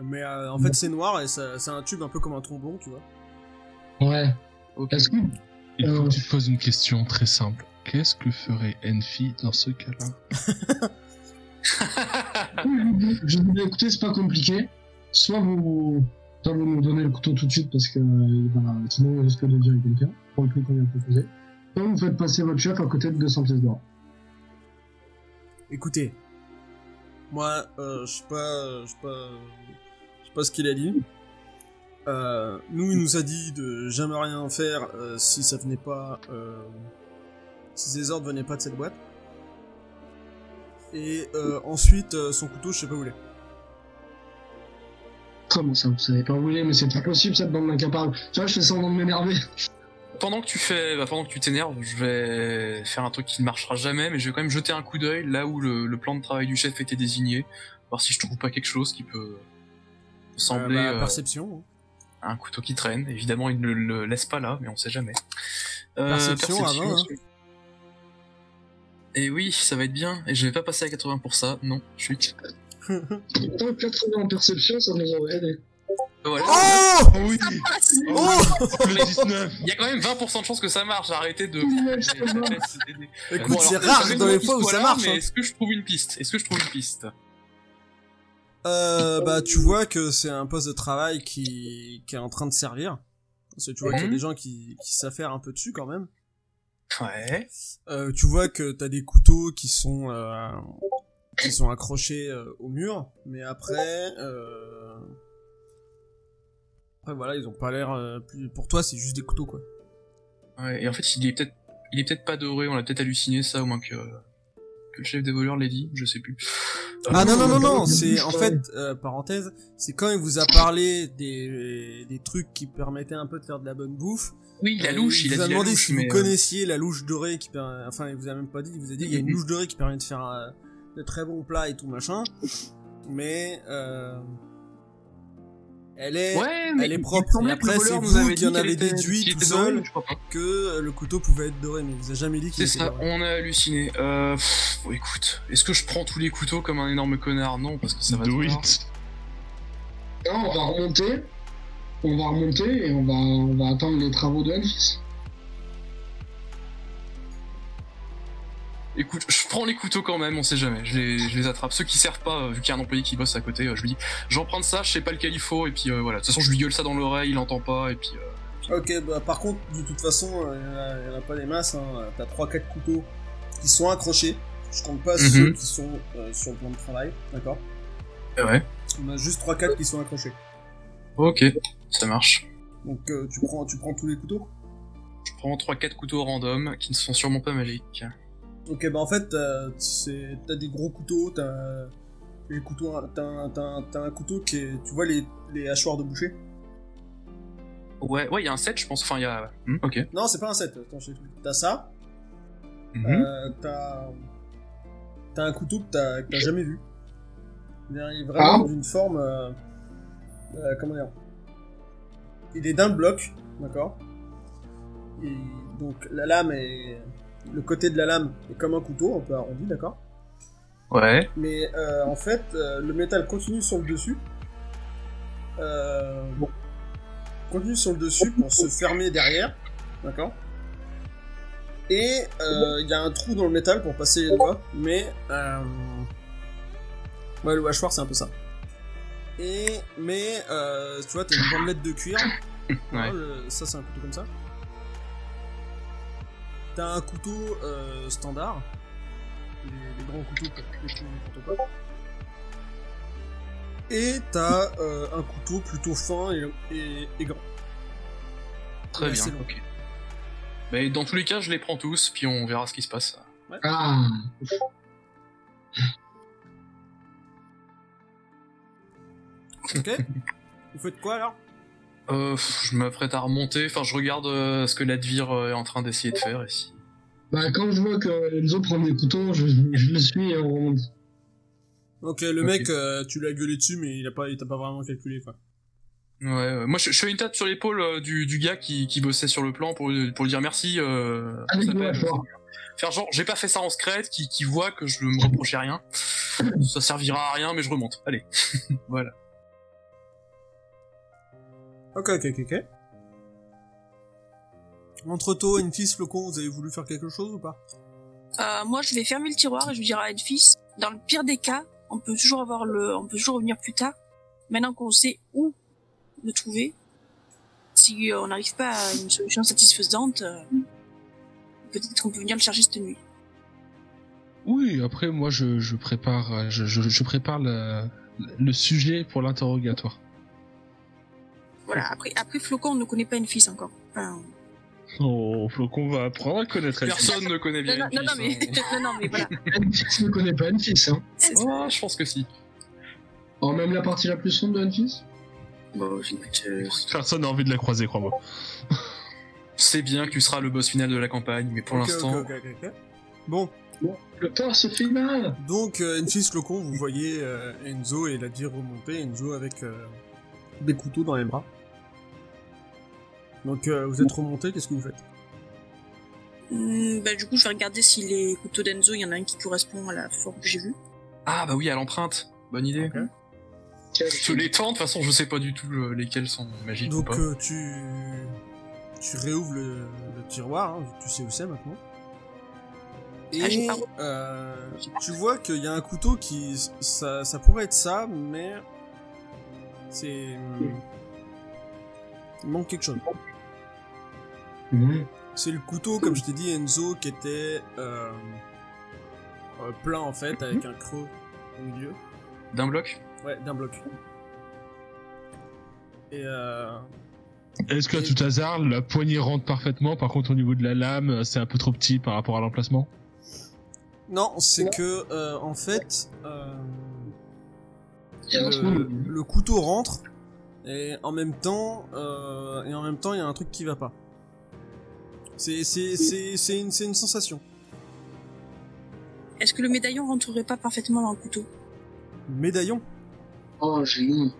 mais euh, en fait c'est noir et ça- c'est un tube un peu comme un trombon tu vois.
Ouais.
Ok.
Est-ce que
Il faut
Euh.
que tu te poses une question très simple. Qu'est-ce que ferait Enfi dans ce cas-là
je vous dis, écoutez, c'est pas compliqué. Soit vous, soit vous nous donnez le couteau tout de suite parce que euh, voilà, sinon on risque de virer quelqu'un pour le prix qu'on vient de proposer. Soit vous faites passer votre chef à côté de 200 pièces d'or.
Écoutez, moi, euh, je sais pas, je sais pas, je sais pas ce qu'il a dit. Euh, nous, il nous a dit de jamais rien faire euh, si ça venait pas, euh, si ces ordres venaient pas de cette boîte. Et euh, ensuite, euh, son couteau, je sais pas où il est.
Comment ça, vous savez pas où il est, mais c'est impossible cette bande d'incapables. Tu vois, je fais semblant de m'énerver.
Pendant que tu fais, bah, pendant que tu t'énerves, je vais faire un truc qui ne marchera jamais, mais je vais quand même jeter un coup d'œil là où le, le plan de travail du chef était désigné, voir si je trouve pas quelque chose qui peut sembler
Euh, bah,
euh,
perception. hein.
un couteau qui traîne. Évidemment, il ne le laisse pas là, mais on sait jamais. Euh,
Perception, à 20, hein.
Et oui, ça va être bien. Et je vais pas passer à 80 pour ça. Non, chut.
Tant que 80 en perception, ça nous aurait aidé.
Euh, Voilà.
Oh
Oh oui Oh. Le 19
Il y a quand même 20% de chances que ça marche. Arrêtez de.
Écoute,
Bon,
c'est
alors,
rare
j'avais
dans les
une
fois où ça
histoire,
marche.
Mais
hein.
est-ce que je trouve une piste Est-ce que je trouve une piste
Euh, bah, tu vois que c'est un poste de travail qui, qui est en train de servir. Parce que tu vois qu'il y a
Mhm.
des gens qui, qui s'affairent un peu dessus quand même.
Ouais.
Euh, tu vois que t'as des couteaux qui sont euh, qui sont accrochés euh, au mur, mais après euh... après voilà ils ont pas l'air euh, plus... pour toi c'est juste des couteaux quoi.
Ouais, et en fait, il est peut-être, il est peut-être pas doré. On a peut-être halluciné ça, au moins que, que le chef des voleurs l'ait dit. Je sais plus.
Ah non non non
non,
non c'est en
je-
fait euh, parenthèse c'est quand il vous a parlé des des trucs qui permettaient un peu de faire de la bonne bouffe.
Oui, la louche. Il,
Euh, vous
a dit la
demandé
louche,
si
mais euh,
vous connaissiez la louche dorée qui permet... enfin il vous a même pas dit il vous a dit il y a une
Mhm.
louche dorée qui permet de faire euh, de très bons plats et tout machin mais euh, elle est
Ouais, mais
elle est
il
propre.
semblait
Et
que le
après, c'est
voleur nous
vous
avait
qui
dit
en
qu'elle
avez
était-
déduit
qu'il
tout
était doré,
seul.
mais je crois pas.
que euh, le couteau pouvait être doré mais il vous a jamais dit qu'il
C'est
était
ça,
doré.
on a halluciné. Euh, pff, bon, écoute, est-ce que je prends tous les couteaux comme un énorme connard Non, parce que ça va
Do
trop loin.
it
Là, on va remonter. On va remonter et on va, on va attendre les travaux de Elvis.
Écoute, je prends les couteaux quand même, on sait jamais. Je les, je les attrape. Ceux qui servent pas, euh, vu qu'il y a un employé qui bosse à côté, euh, je lui dis j'emprunte ça, je sais pas lequel il faut, et puis euh, voilà. De toute façon, je lui gueule ça dans l'oreille, il entend pas, et puis. euh,
Ok, bah par contre, de toute façon, euh, il y en a- il y en, a pas des masses. Hein. T'as 3-4 couteaux qui sont accrochés. Je compte pas
Mhm.
ceux qui sont euh, sur le plan de travail, d'accord
euh, Ouais.
On a juste 3-4 qui sont accrochés.
Ok, ça marche.
Donc euh, tu, prends, tu prends tous les couteaux
Je prends 3-4 couteaux random qui ne sont sûrement pas magiques.
Ok, bah en fait, t'as c'est- t'as des gros couteaux, t'as les couteaux, t'as un- t'as un- t'as un couteau qui est, tu vois les, les hachoirs de boucher
Ouais, ouais, il y a un set, je pense. Enfin, il y a. Hmm, ok.
Non, c'est pas un set. attends, je t'explique. T'as ça,
Mhm.
euh, t'as t'as un couteau que t'as que t'as jamais vu. Il est vraiment
Ah.
d'une forme, euh, euh, comment dire Il est d'un bloc, d'accord. Et donc la lame est, le côté de la lame est comme un couteau, un peu arrondi, d'accord.
Ouais.
Mais euh, en fait, euh, le métal continue sur le dessus. Euh, bon. Continue sur le dessus pour se fermer derrière. D'accord Et euh, il y a un trou dans le métal pour passer les doigts. Mais. euh, Ouais, le hachoir, c'est un peu ça. Et. Mais. euh, tu vois, t'as une bandelette de cuir. Voilà, Hein, le- ça, c'est un couteau comme ça. T'as un couteau euh, standard. Les, les grands couteaux pour couper tout n'importe quoi. Et t'as euh, un couteau plutôt fin et, et, et grand.
Très
Ouais,
bien.
c'est long.
Ok. Mais dans tous les cas, je les prends tous, puis on verra ce qui se passe.
Ah,
Ok Vous faites quoi alors
Euh, pff, je m'apprête à remonter. Enfin, je regarde euh, ce que l'advire euh, est en train d'essayer de faire ici.
bah quand je vois que Enzo prend des couteaux, je, je le suis et on remonte.
Ok, le
Ok.
mec, euh, tu l'as gueulé dessus, mais il a pas, il t'a pas vraiment calculé quoi.
Ouais, ouais. moi je, je fais une tape sur l'épaule euh, du, du gars qui, qui bossait sur le plan pour, lui- pour lui dire merci. Euh,
Ah,
comment ça
Avec le
s'appelle
hachoir.
Faire genre, j'ai pas fait ça en secret, qui, qui voit que je me reprochais rien. Ça servira à rien, mais je remonte. Allez. voilà.
Ok, ok, ok, ok. Entre To, Enfis, Flocon, vous avez voulu faire quelque chose ou pas
Euh, moi, je vais fermer le tiroir et je vais dire à Edfis, dans le pire des cas, on peut toujours avoir le, on peut toujours revenir plus tard. Maintenant qu'on sait où le trouver, si euh, on n'arrive pas à une solution satisfaisante, euh, peut-être qu'on peut venir le chercher cette nuit.
Oui, après moi je, je prépare, euh, je, je- je prépare le, le sujet pour l'interrogatoire.
Voilà. Après, après Flocon, on ne connaît pas Edfis encore. Enfin,
Oh, Flocon va apprendre à connaître elle.
Personne ne connaît
non,
bien
non, non, non, mais,
Greenpeace, hein.
non, non, mais voilà.
Anfis ne connaît pas Anfis, hein.
C'est ça.
Ah, je pense que si.
Alors, même la partie la plus sombre de Anfis
Bon, j'écoute, euh,
Personne n'a envie de la croiser, crois-moi.
C'est bien que tu seras le boss final de la campagne, mais pour
Ok,
l'instant,
ok, ok, ok, ok. Bon,
Le torse final
donc euh, Enfis, Flocon, vous voyez euh, Enzo et la dire remonter. Enzo avec euh, des couteaux dans les bras. Donc euh, vous êtes remonté, qu'est-ce que vous faites
Hum, bah, du coup, je vais regarder si les couteaux d'Enzo, il y en a un qui correspond à la forme que j'ai vue.
Ah bah oui, à l'empreinte. Bonne idée.
Ok.
Je les tente, de toute façon, je sais pas du tout euh, lesquels sont magiques ou
Donc
pas.
euh, tu tu réouvres le, le tiroir, hein, tu sais où c'est maintenant.
Ah, j'ai
Et
pas-
euh, tu vois qu'il y a un couteau qui ça, ça pourrait être ça, mais c'est hmm, il manque quelque chose.
Mhm.
C'est le couteau, comme je t'ai dit, Enzo, qui était euh, euh, plein en fait, avec un creux au milieu.
D'un bloc
Ouais, d'un bloc. Et euh,
Est-ce que à tout hasard la poignée rentre parfaitement Par contre au niveau de la lame, c'est un peu trop petit par rapport à l'emplacement.
Non, c'est que euh, en fait, euh,
Et un trou.
le, le couteau rentre et en même temps, euh, et en même temps, il y a un truc qui va pas. C'est c'est c'est c'est une c'est une sensation.
Est-ce que le médaillon rentrerait pas parfaitement dans le couteau?
Le médaillon.
Oh, génie.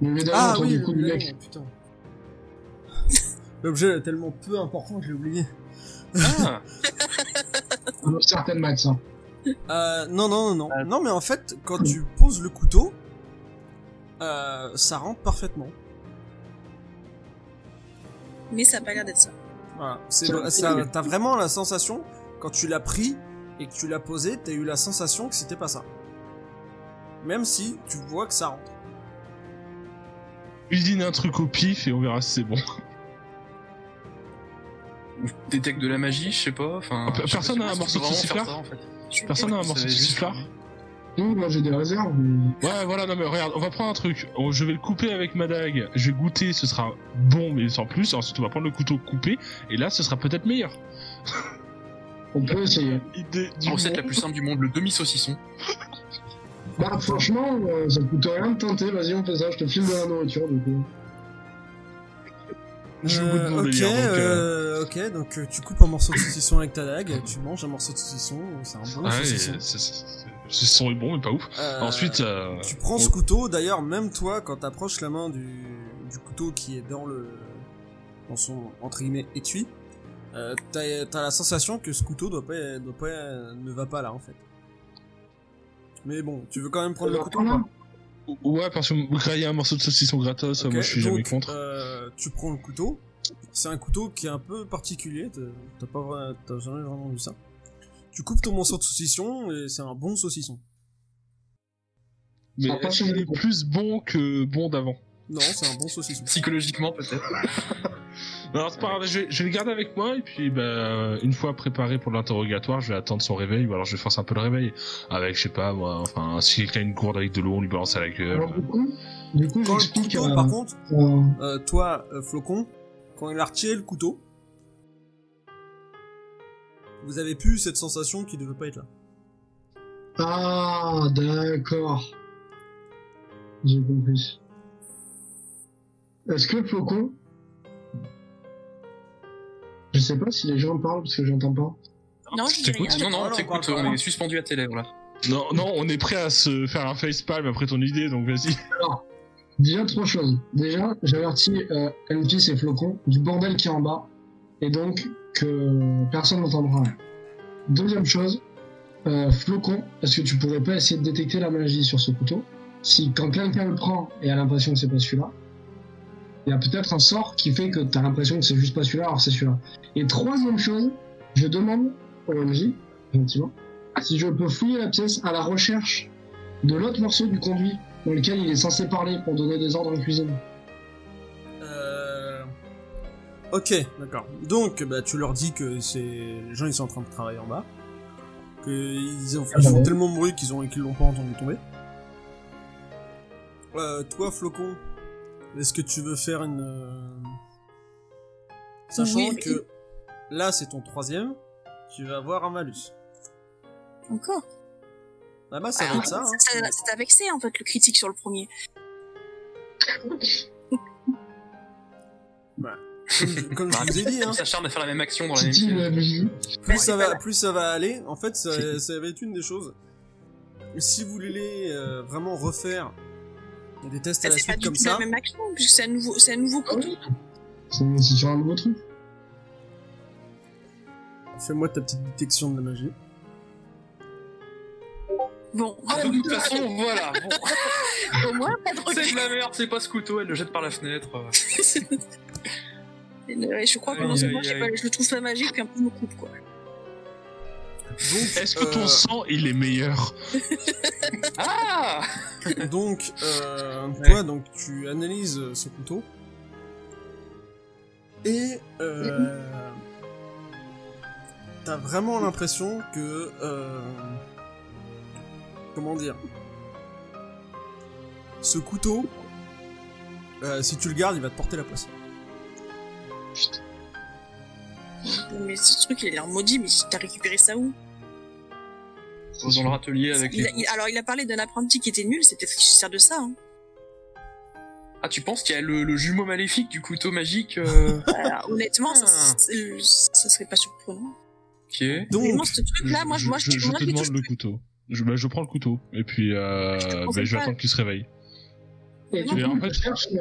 Le médaillon
Ah
autour
oui,
du
le
cou du mec.
médaillon, putain. L'objet est tellement peu important que je l'ai oublié.
Ah
Un certain max, hein.
Euh, non, non, non, non. Non, mais en fait, quand tu poses le couteau, euh, ça rentre parfaitement.
Mais ça a pas l'air d'être ça.
Voilà. C'est,
Ça-
ça- t'as vraiment la sensation, quand tu l'as pris et que tu l'as posé, t'as eu la sensation que c'était pas ça. Même si tu vois que ça rentre.
Usine un truc au pif et on verra si c'est bon.
Ou je Détecte de la magie, je sais pas. Enfin,
Pe-
je sais
personne
pas
n'a un
si on
morceau de
peut vraiment
siffleur
faire ça, en fait.
Je-
Personne n'a un
C'est
morceau de
juste-
sifflard
Non, moi j'ai des réserves, mais...
Ouais, voilà, non mais regarde, on va prendre un truc. On- Je vais le couper avec ma dague. Je vais goûter, ce sera bon mais sans plus. Ensuite on va prendre le couteau coupé et là ce sera peut-être meilleur.
on peut essayer.
Idée du
La recette la
monde.
plus simple du monde, le demi-saucisson.
Bah, franchement, euh, ça te coûte rien de tenter, vas-y, on fait ça, je te file de la nourriture, du coup.
Je vais au bout de
Euh,
mon
ok,
délire, donc, euh,
euh, ok, donc euh, tu coupes un morceau de saucisson avec ta dague, tu manges un morceau de saucisson, c'est un bon
Ah ouais,
saucisson.
c'est- c'est- c'est- c'est son est bon mais pas ouf.
Euh,
Ensuite, euh,
tu prends ce couteau, d'ailleurs, même toi, quand t'approches la main du, du couteau qui est dans le. dans son, entre guillemets, étui, euh, t'as, t'as la sensation que ce couteau doit pas, doit pas, ne va pas là, en fait. Mais bon, tu veux quand même prendre le couteau ou
hein.
pas
ouais parce que vous créez un morceau de saucisson gratos,
Ok,
moi je suis jamais
donc,
contre.
euh, tu prends le couteau. C'est un couteau qui est un peu particulier. t'as- T'as pas, vra- t'as jamais vraiment vu ça. Tu coupes ton morceau de saucisson et c'est un bon saucisson.
Mais
Ah, pas
est-ce qu'il
celui
est
qu'on-
plus bon que bon d'avant
Non, c'est un bon saucisson.
Psychologiquement, peut-être.
Alors c'est pas grave, je vais, je vais le garder avec moi et puis bah, une fois préparé pour l'interrogatoire, je vais attendre son réveil ou alors je vais forcer un peu le réveil avec je sais pas moi, enfin si quelqu'un a une gourde avec de l'eau, on lui balance à la gueule.
Alors, du coup, du coup,
Quand le
j'explique...
couteau,
euh,
par contre,
euh,
euh, toi, euh, Flocon, quand il a retiré le couteau, vous avez pu cette sensation qui devait pas être là.
Ah, d'accord. J'ai compris. Est-ce que Flocon... Je sais pas si les gens parlent, parce que j'entends pas.
Non, je dis
T'écoutes
rien.
non,
on
non,
parle
t'écoutes,
pas,
on
là.
est suspendu à tes lèvres, là.
Non, non, on est prêt à se faire un facepalm après ton idée, donc vas-y.
Déjà, trois choses. Déjà, j'avertis euh, Elvis et Flocon du bordel qui est en bas, et donc que personne n'entendra rien. Deuxième chose, euh, Flocon, est-ce que tu pourrais pas essayer de détecter la magie sur ce couteau Si quand quelqu'un le prend et a l'impression que c'est pas celui-là, Il y a peut-être un sort qui fait que t'as l'impression que c'est juste pas celui-là, alors c'est celui-là. Et troisième chose, je demande au MJ, gentiment, si je peux fouiller la pièce à la recherche de l'autre morceau du conduit dans lequel il est censé parler pour donner des ordres en cuisine.
Euh... Ok, d'accord. Donc, bah, tu leur dis que c'est les gens ils sont en train de travailler en bas, qu'ils ont...
Ah,
ils font
ouais.
tellement de bruit qu'ils ont qu'ils l'ont pas entendu tomber. Euh, toi, Flocon, est-ce que tu veux faire une euh, sachant
Oui, mais-
que là c'est ton troisième, tu vas avoir un malus.
Encore.
Là-bas, ça va
Ah,
être ça. hein.
ça- ça t'a vexé en fait le critique sur le premier.
Comme je- Comme je
Bah,
vous ai dit, hein.
On s'acharne à faire la même action dans la
Tu
même
dis
pièce.
le MJ.
plus ça va, plus ça va aller. En fait, ça, ça va être une des choses. Si vous voulez euh, vraiment refaire des tests à
Ça,
la
C'est pas
suite
du
comme
tout la
ça,
même action puisque c'est un nouveau, c'est un nouveau
Ah
coup.
oui. C'est c'est sur un nouveau truc.
fais-moi ta petite détection de la magie.
Bon,
Ah, de toute façon, voilà, bon.
au moins pas de
C'est de la
regret.
merde, c'est pas ce couteau, elle le jette par la fenêtre. euh.
Et je crois que non
Aïe,
seulement
aïe,
j'ai
aïe.
pas- je le trouve pas magique, un peu me coupe quoi.
Donc,
Est-ce que ton
euh,
sang, il est meilleur
Ah
donc euh, toi, donc tu analyses euh, ce couteau et euh, t'as vraiment l'impression que euh, comment dire, ce couteau, euh, si tu le gardes, il va te porter la poisse.
Mais ce truc il a l'air maudit, mais t'as récupéré ça où
Dans leur atelier avec
Il
les...
a- il- Alors il a parlé d'un apprenti qui était nul, c'est peut-être qu'il se sert de ça. Hein.
Ah, tu penses qu'il y a le, le jumeau maléfique du couteau magique euh,
Voilà, honnêtement, ça,
Ah.
c'est- ça serait pas surprenant.
Ok.
Vraiment,
Donc,
ce truc-là, moi,
je,
moi, je,
je- je
moi,
te
je l'ai
demande
touché.
le couteau. Je, bah, je prends le couteau et puis euh,
Je te
bah,
prends
je, vais
pas.
attendre qu'il se réveille.
Et du
Mais
coup,
en fait,
je cherche euh,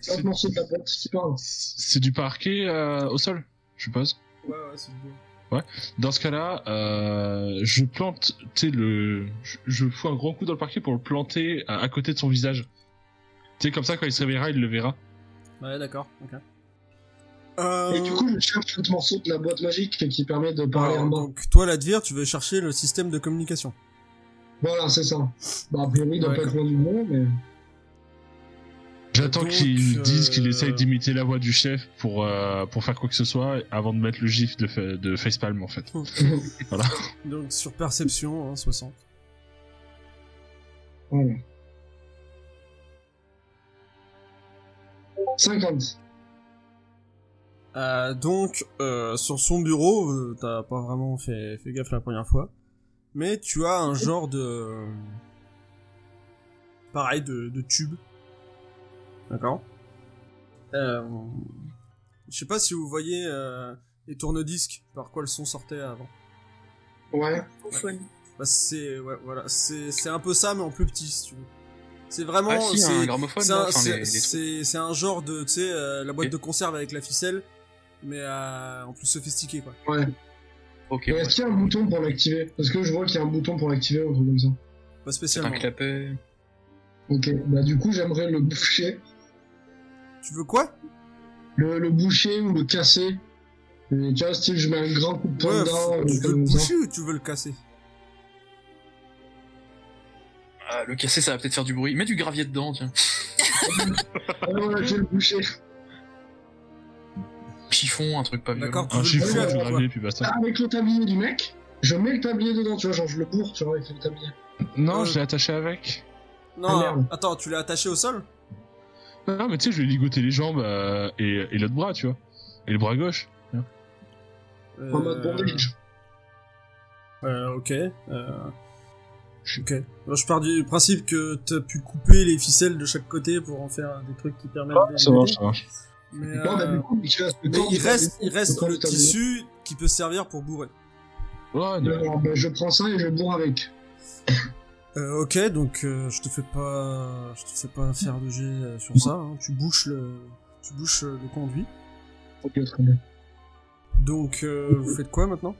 c'est-
l'autre morceau de la boîte qui parle.
C'est du parquet euh, au sol, je suppose.
Ouais, ouais, c'est bon.
Dans ce cas-là, euh, je plante, tu sais, le. Je, je fous un grand coup dans le parquet pour le planter à, à côté de son visage. Tu sais, comme ça, quand il se réveillera, il le verra.
Ouais, d'accord, ok. Euh,
Et du coup, je cherche l'autre morceau de la boîte magique qui permet de parler en
alors,
bas.
donc, toi, l'advire, tu veux chercher le système de communication.
Voilà, c'est ça. Bah, a priori, il doit
Ouais.
pas être loin du bon, mais.
J'attends
Donc,
qu'il
euh,
dise qu'il essaye d'imiter la voix du chef pour, euh, pour faire quoi que ce soit avant de mettre le gif de, fa- de Facepalm en fait.
Donc, sur perception, hein, 60.
Voilà. 50.
Euh, donc, euh, sur son bureau, euh, t'as pas vraiment fait, fait gaffe la première fois. Mais tu as un genre de. Pareil, de, de tube. D'accord euh... Je sais pas si vous voyez euh, les tourne-disques, par quoi le son sortait avant.
Ouais.
Fun.
Bah, c'est ouais, voilà, c'est c'est un peu ça mais en plus petit si tu veux. C'est vraiment
Ah si, un
c'est
gramophone,
c'est
là,
un,
enfin, les-
c'est-
les-
c'est- c'est un genre de tu sais euh, la boîte
Ok.
de conserve avec la ficelle mais euh, en plus sophistiqué quoi.
Ok,
Et
ouais.
est-ce qu'il y a un bouton pour l'activer Parce que je vois qu'il y a un bouton pour l'activer ou un truc comme ça.
Pas
c'est un
spécialement.
clapet.
Ok, bah du coup j'aimerais le boucher.
Tu veux quoi
Le, le boucher ou le casser. Et tu vois, style, je mets un grand coup de poing
Ouais,
dedans,
faut-
ou
tu veux le
comme ça.
boucher ou tu veux le casser
Ah, le cassé, ça va peut-être faire du bruit. Mets du gravier dedans, tiens.
Ah ouais, ouais, je vais le boucher.
Chiffon, Euh, un truc pas violent.
D'accord, tu
Un
veux le
chiffon,
bouger,
boucher
du
alors,
quoi.
gravier, puis basta.
Ah,
Ah, Avec le tablier du mec, je mets le tablier dedans, tu vois, genre je le bourre, tu vois, avec le tablier.
Non,
Euh,
je l'ai attaché avec.
Non,
Ah, merde.
attends, tu l'as attaché au sol
Non, mais tu sais, je vais ligoter les jambes euh, et, et l'autre bras, tu vois. Et le bras gauche.
En mode bondage.
Euh, ok. Euh... Ok. Moi, je pars du principe que t'as pu couper les ficelles de chaque côté pour en faire des trucs qui permettent de.
Ça marche, ça marche.
Mais,
Ah, Bon, bah,
euh,
du coup, tu restes le
Mais
corps
il
du
reste,
tablier,
il reste
corps
le
du tablier.
tissu qui peut servir pour bourrer.
Ouais, non.
Alors, bah, je prends ça et je bourre avec.
Euh, ok, donc euh, je te fais pas, je te fais pas faire de jet euh, sur ça. hein. Tu bouches le, tu bouches euh, le conduit.
Ok, très bien.
Donc euh, vous faites quoi maintenant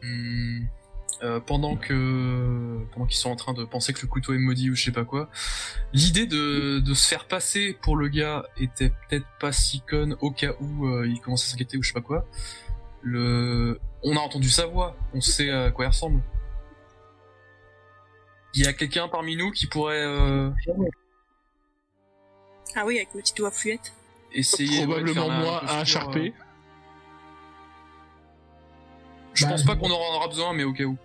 Hmm. euh, pendant que pendant qu'ils sont en train de penser que le couteau est maudit ou je sais pas quoi, l'idée de, de se faire passer pour le gars était peut-être pas si conne au cas où euh, il commence à s'inquiéter ou je sais pas quoi. Le, on a entendu sa voix, on sait à quoi elle ressemble. Il y a quelqu'un parmi nous qui pourrait euh,
Ah oui, avec le petit doigt fluette.
essayer ouais, de
Probablement
faire un-
moi,
un peu
à
fuir,
Sharpé.
hein.
Je
Bah,
pense pas qu'on en aura besoin, mais au cas où.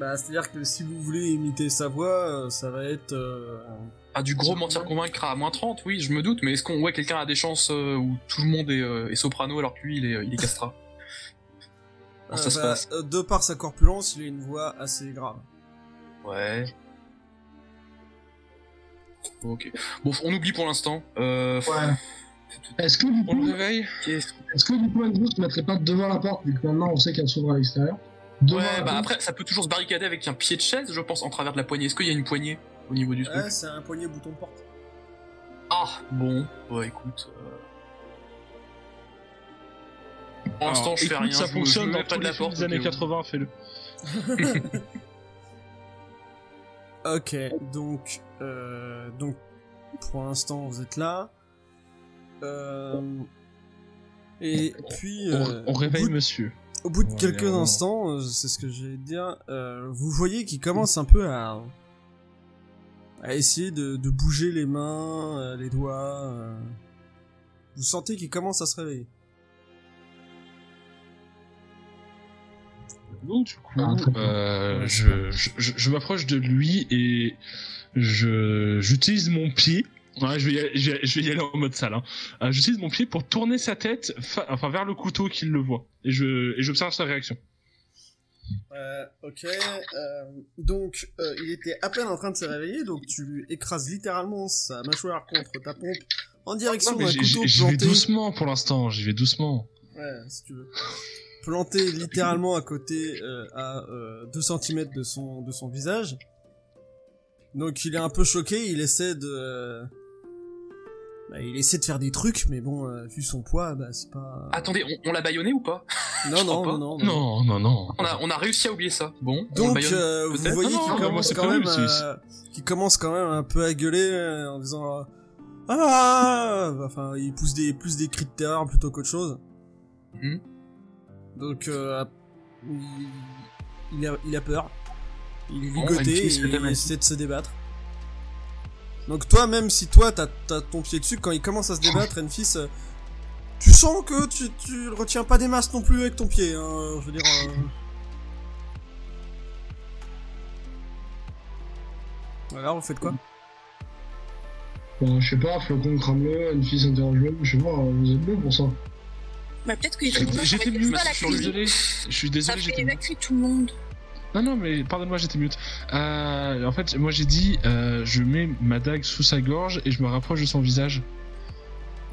Bah, c'est-à-dire que si vous voulez imiter sa voix, euh, ça va être. euh,
Ah, du gros mentir convaincre à moins 30, oui, je me doute, mais est-ce qu'on. Ouais, quelqu'un a des chances euh, où tout le monde est, euh, est soprano alors que lui, il est, euh, il est castra Comment ça
euh,
se
bah,
passe
euh, de par sa corpulence, il a une voix assez grave.
Ouais. Ok. Bon, on oublie pour l'instant. Euh,
Ouais. Est-ce que du
On le
coup,
réveille Qu'est-ce-
est-ce que du coup, Enzo se mettrait pas devant la porte, vu que maintenant on sait qu'elle s'ouvre à l'extérieur Devant
Ouais,
la
bah
porte
après, ça peut toujours se barricader avec un pied de chaise, je pense, en travers de la poignée. Est-ce qu'il y a une poignée au niveau du truc
Ouais, c'est un poignet bouton porte.
Ah, bon. Bah écoute. euh, Pour l'instant, je fais
écoute,
rien.
Ça
je- je
fonctionne
me mets
dans
près
tous
de la
les films
porte. euh.
des années
au cas où.
80, fais-le.
Ok, donc. euh, donc, pour l'instant, vous êtes là. Euh, et puis. euh,
On, on réveille
au bout de-
monsieur.
Au bout de
Ouais,
quelques
vraiment.
instants, euh, c'est ce que j'allais te dire, euh, vous voyez qu'il commence un peu à, à essayer de, de bouger les mains, euh, les doigts. euh. Vous sentez qu'il commence à se réveiller.
Donc, du coup,
Ah, très bien.
euh, je, je, je- je m'approche de lui et je j'utilise mon pied. Ouais, je vais, y aller, je, vais, je vais y aller en mode sale. hein. Euh, J'utilise mon pied pour tourner sa tête, fa- enfin vers le couteau qu'il le voit, et je et j'observe sa réaction.
Euh, ok, euh, donc euh, il était à peine en train de se réveiller, donc tu lui écrases littéralement sa mâchoire contre ta pompe en direction
Non, mais
d'un euh,
j'ai-
couteau
j'ai- J'y vais
planté.
doucement pour l'instant. J'y vais doucement.
Ouais, si tu veux. Planté littéralement à côté, euh, à euh, 2 cm de son, de son visage. Donc il est un peu choqué, il essaie de... euh, bah, il essaie de faire des trucs, mais bon, euh, vu son poids, bah c'est pas...
Attendez, on, on l'a baïonné ou pas
non, non,
Ah, crois
non, non,
pas.
non.
Non, non, non.
on a, on a réussi à oublier ça. Bon, on le
Donc
baïonne.
euh, vous
peut-être
voyez
Non,
qu'il
non,
non, moi,
commence
c'est
quand
prévu,
même, euh, qu'il commence quand même un peu à gueuler euh, en disant euh, ah, enfin il pousse des plus des cris de terreur plutôt qu'autre chose.
Mhm.
Donc euh, il, il a, il a peur, il est
Bon, bah,
ligoté,
il utilise le
et il
domaine.
essaie de se débattre. Donc toi même si toi t'as t'as ton pied dessus quand il commence à se débattre, Enfis, euh, tu sens que tu, tu le retiens pas des masses non plus avec ton pied. hein, je veux dire. euh, Alors, vous faites quoi
Bah, je sais pas, flocon crameleux, une fille interrogeuse, je sais pas, vous êtes bon pour ça.
Bah, peut-être qu'il est
J'étais- J'étais mute.
pas la
Je suis
cuisine.
désolé. Je suis
Ça
désolé.
fait
J'étais
évacuer tout le monde.
Non, non, mais pardonne-moi, j'étais mute. Euh, en fait, moi j'ai dit, euh, je mets ma dague sous sa gorge et je me rapproche de son visage.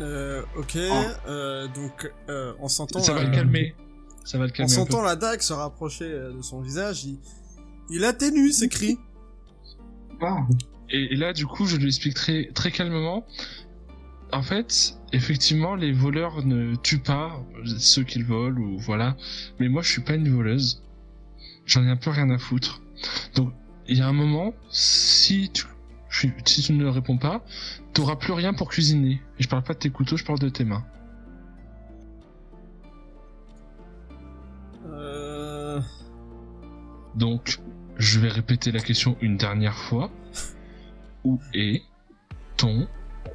Euh, ok, euh, donc euh, en sentant,
Ah. ça va
la-
le calmer. Ça va le
en
calmer. un peu.
sentant la dague se rapprocher euh, de son visage, il, il atténue ses cris.
Ah,
Et, et là, du coup, je lui explique très, très calmement. En fait, effectivement, les voleurs ne tuent pas ceux qu'ils volent ou voilà. Mais moi, je suis pas une voleuse. J'en ai un peu rien à foutre. Donc, il y a un moment, si tu, je suis- si tu ne réponds pas, t'auras plus rien pour cuisiner. Et je parle pas de tes couteaux, je parle de tes mains.
Euh,
Donc, je vais répéter la question une dernière fois. Où est ton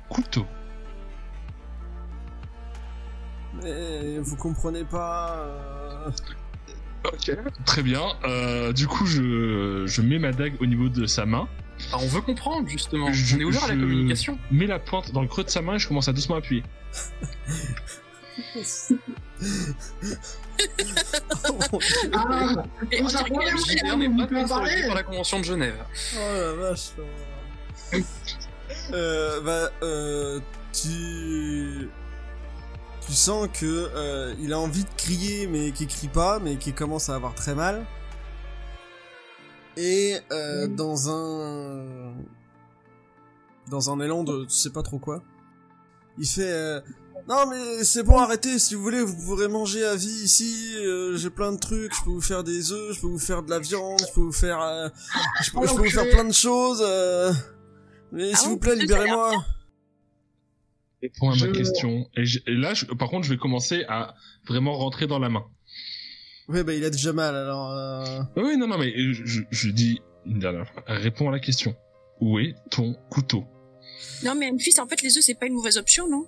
couteau
mais vous comprenez pas. euh,
Ok. Très bien. Euh, du coup, je, je mets ma dague au niveau de sa main,
Ah, on veut comprendre, justement.
Je-
on est ouvert à la
je-
communication.
mets la pointe dans le creux de sa main et je commence à doucement appuyer.
oh
ah
Et
On
on
s'en
dirait
fout.
que-
Gilbert n'est pas
on peut en
concerné
parler.
par la Convention de Genève.
Oh la vache. euh. Euh, bah, euh, tu. Tu sens que euh, il a envie de crier, mais qu'il crie pas, mais qu'il commence à avoir très mal. Et euh, dans un dans un élan de tu sais pas trop quoi, il fait euh, Non mais c'est bon, arrêtez, si vous voulez, vous pourrez manger à vie ici, euh, j'ai plein de trucs, je peux vous faire des œufs, je peux vous faire de la viande, je peux vous faire... euh, je, peux, je peux vous faire plein de choses, euh, mais
Ah
s'il
oui,
vous plaît,
tout à l'heure.
libérez-moi
Point à ma
Je-
question. Et, je- et là, je- par contre, je vais commencer à vraiment rentrer dans la main.
Ouais bah il a déjà mal, alors... Euh...
Oui, non, non, mais je, je- je dis une dernière fois. Réponds à la question. Où est ton couteau
Non, mais Memphis, en fait, les œufs, c'est pas une mauvaise option, non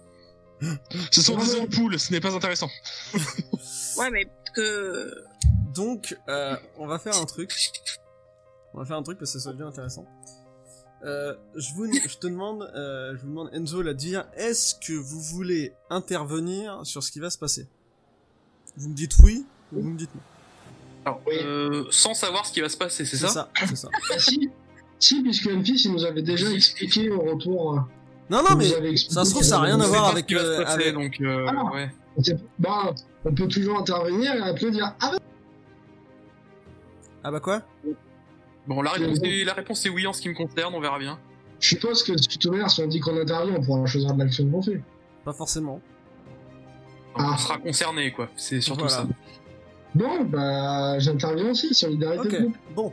Ce sont des œufs de poule, ce n'est pas intéressant.
Ouais, mais que.
Donc, euh, on va faire un truc. On va faire un truc parce que ça devient intéressant. Euh, je, vous, je te demande, euh, je vous demande Enzo là de dire, est-ce que vous voulez intervenir sur ce qui va se passer Vous me dites oui ou vous me dites non
Alors,
Oui.
euh, sans savoir ce qui va se passer, c'est ça,
C'est ça.
Bah, si, si, puisque Memphis, il nous avait déjà expliqué au retour. euh,
Non, non,
il
mais
nous avait expliqué
ça se trouve, ça a
qu'il
rien
avait-
à
On sait
voir
pas
avec
ce qui va
le-
se passer,
avec-
donc euh,
Ah.
ouais.
Bah, on peut toujours intervenir et après dire Ah,
ah bah quoi
Bon, la réponse, est, la réponse est oui en ce qui me concerne, on verra bien.
Je suppose que de toute manière, si on dit qu'on intervient, on pourra choisir de l'action qu'on fait.
Pas forcément.
On
Ah.
sera concerné, quoi. C'est surtout
Voilà.
ça.
Bon, bah, j'interviens aussi, solidarité
Ok.
de groupe.
Bon.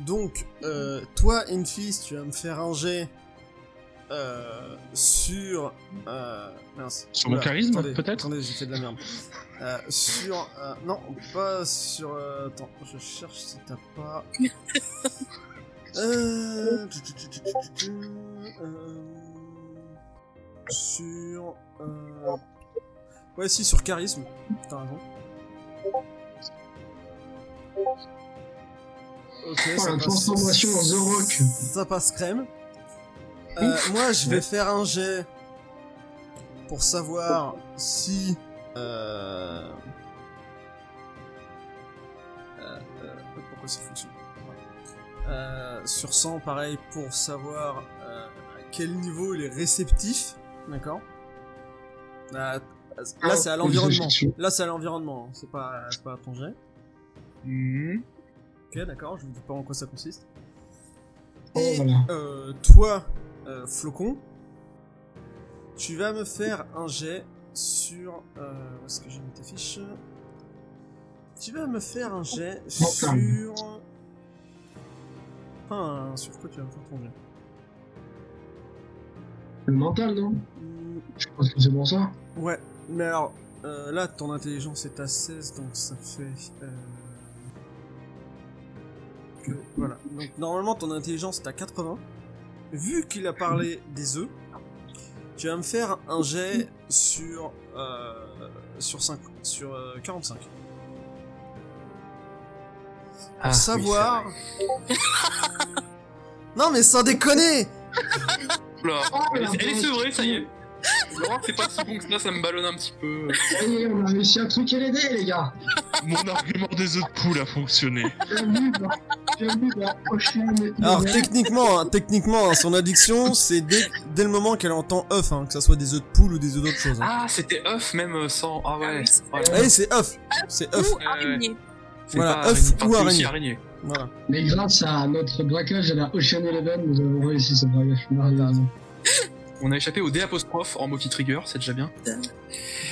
Donc, euh, toi, Infis, tu vas me faire un jet euh, sur. Euh, mince.
Sur mon charisme,
attendez,
peut-être
Attendez, j'ai fait de la merde. Euh, sur. euh, non, pas sur. euh, attends, je cherche si t'as pas. euh, tu, tu, tu, tu, tu, tu, tu, euh, sur. Euh, ouais, si, sur charisme. T'as raison. Ok,
Oh,
ça
la
passe.
transformation en The Rock.
Ça passe crème. Euh, moi, je vais faire un jet pour savoir si. Euh... euh, euh, pourquoi ça fonctionne pas Euh, Sur 100, pareil, pour savoir euh, à quel niveau il est réceptif. D'accord Là, là, c'est à l'environnement. Là, c'est à l'environnement, hein. c'est pas, c'est pas à ton jet.
Hmm.
Ok, d'accord, je vous dis pas en quoi ça consiste.
Oh,
Et
voilà.
euh, toi, euh, Flocon, tu vas me faire un jet sur... Euh, où est-ce que j'ai mis ta fiche Tu vas me faire un jet
Mental.
sur... Enfin, sur quoi tu vas me faire ton jet
Le mental, non
Hmm,
Je pense que c'est bon ça.
Ouais, mais alors, euh, là, ton intelligence est à 16, donc ça fait... euh, que- voilà. Donc, normalement, ton intelligence est à 80. Vu qu'il a parlé des œufs, tu vas me faire un jet sur... euh, sur, 5, sur euh, 45.
Ah,
Pour savoir... non mais sans déconner
Oula.
Ah,
Oh,
Elle,
la
est- elle est
vache.
sevrée, ça y est. Le rock, c'est pas si bon que ça, ça me ballonne un petit peu.
Ça y est, Eh, on a réussi à truquer les dés, les gars.
Mon argument des œufs de poule a fonctionné.
Bienvenue dans, bienvenue dans la prochaine.
Alors techniquement, hein, techniquement, hein, son addiction, c'est dès, dès le moment qu'elle entend œuf, hein, que ça soit des œufs de poule ou des œufs d'autre chose. hein.
Ah, c'était œuf même euh, sans. Ah
Ah
ouais.
oui, c'est
ouais.
Eh, c'est œuf, c'est œuf.
Ou araignée.
C'est
voilà,
pas
œuf
araignée. Enfin,
ou
c'est
araignée.
aussi araignée.
Voilà.
Mais grâce à notre braquage à la Ocean Eleven, nous avons réussi ce braquage. Ah, Merveilleusement.
On a échappé au D apostrophe en mot qui trigger, c'est déjà bien.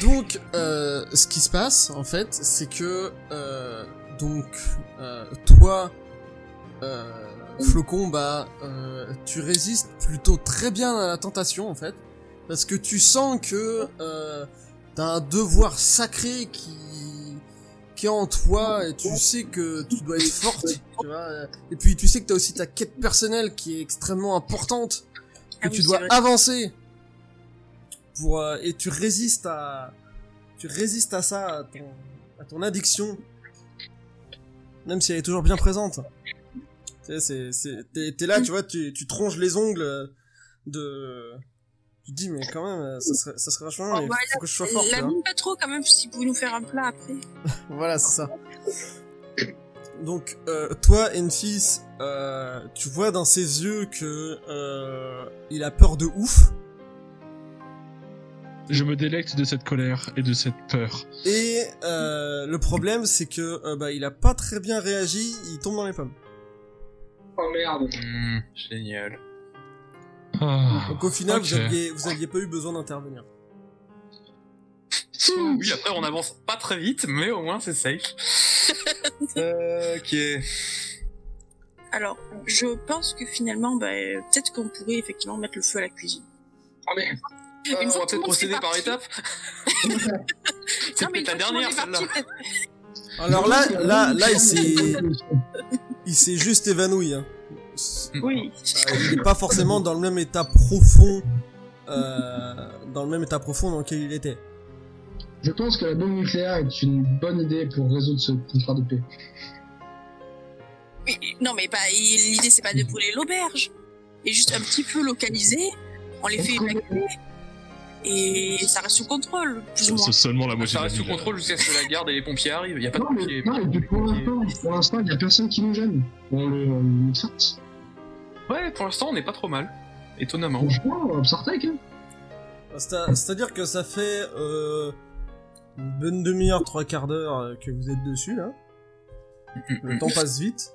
Donc, euh, ce qui se passe en fait, c'est que euh, donc euh, toi, euh, flocon, bah, euh, tu résistes plutôt très bien à la tentation en fait, parce que tu sens que euh, t'as un devoir sacré qui qui est en toi et tu sais que tu dois être forte, tu vois. euh, Et puis tu sais que t'as aussi ta quête personnelle qui est extrêmement importante que
Ah oui,
tu
c'est
dois
vrai.
avancer pour euh, et tu résistes à tu résistes à ça à ton, à ton addiction même si elle est toujours bien présente tu sais c'est c'est t'es t'es là tu vois tu tu tronches les ongles euh, de tu te dis mais quand même euh, ça serait ça serait vachement bien,
Oh,
il
bah,
faut que je sois fort tu
La
vois.
mine pas trop, quand même, si vous pouvez nous faire un plat après.
Voilà, c'est ça. Donc, euh, toi, Enfis, euh, tu vois dans ses yeux que euh, il a peur de ouf,
Je me délecte de cette colère et de cette peur.
et euh, le problème, c'est que euh, bah, il a pas très bien réagi, il tombe dans les pommes.
Oh merde.
Hmm, génial.
Ah,
Donc au final, vous,
Ok.
aviez, vous aviez pas eu besoin d'intervenir.
Oui, après on avance pas très vite, mais au moins c'est safe. Euh, ok.
Alors, je pense que finalement, bah, euh, peut-être qu'on pourrait effectivement mettre le feu à la cuisine.
Ah, mais-
Euh,
Une
on
fois
va
que
peut-être
tout le monde
procéder
s'est
par
parti.
étapes. C'est
Non, mais
peut-être la
une fois que tout le monde
dernière
est
celle-là.
parti, peut-être-
Alors là, là, là, il s'est, il s'est juste évanoui. Hein. S-
Oui.
euh, il n'est pas forcément dans le même état profond, euh, dans le même état profond dans lequel il était.
Je pense que la bombe nucléaire est une bonne idée pour résoudre ce contrat de paix.
Mais- non, mais bah, il- l'idée, c'est pas de brûler l'auberge. Et juste un petit peu localiser, on les fait évacuer, et ça reste sous contrôle, plus ou moins.
c'est seulement la moitié de
Ça
la
reste sous
ville.
contrôle jusqu'à ce que la garde et les pompiers arrivent. Il y a pas de
Non, mais,
pompiers.
non, et puis pour l'instant, pour l'instant, il n'y a personne qui nous gêne. On le, on le sorte.
hein.
Ouais, pour l'instant on est pas trop mal. Étonnamment.
Franchement, on va Sartek, hein.
C'est- C'est-à-dire que ça fait euh, une bonne demi-heure, trois quarts d'heure euh, que vous êtes dessus là. Le temps passe vite.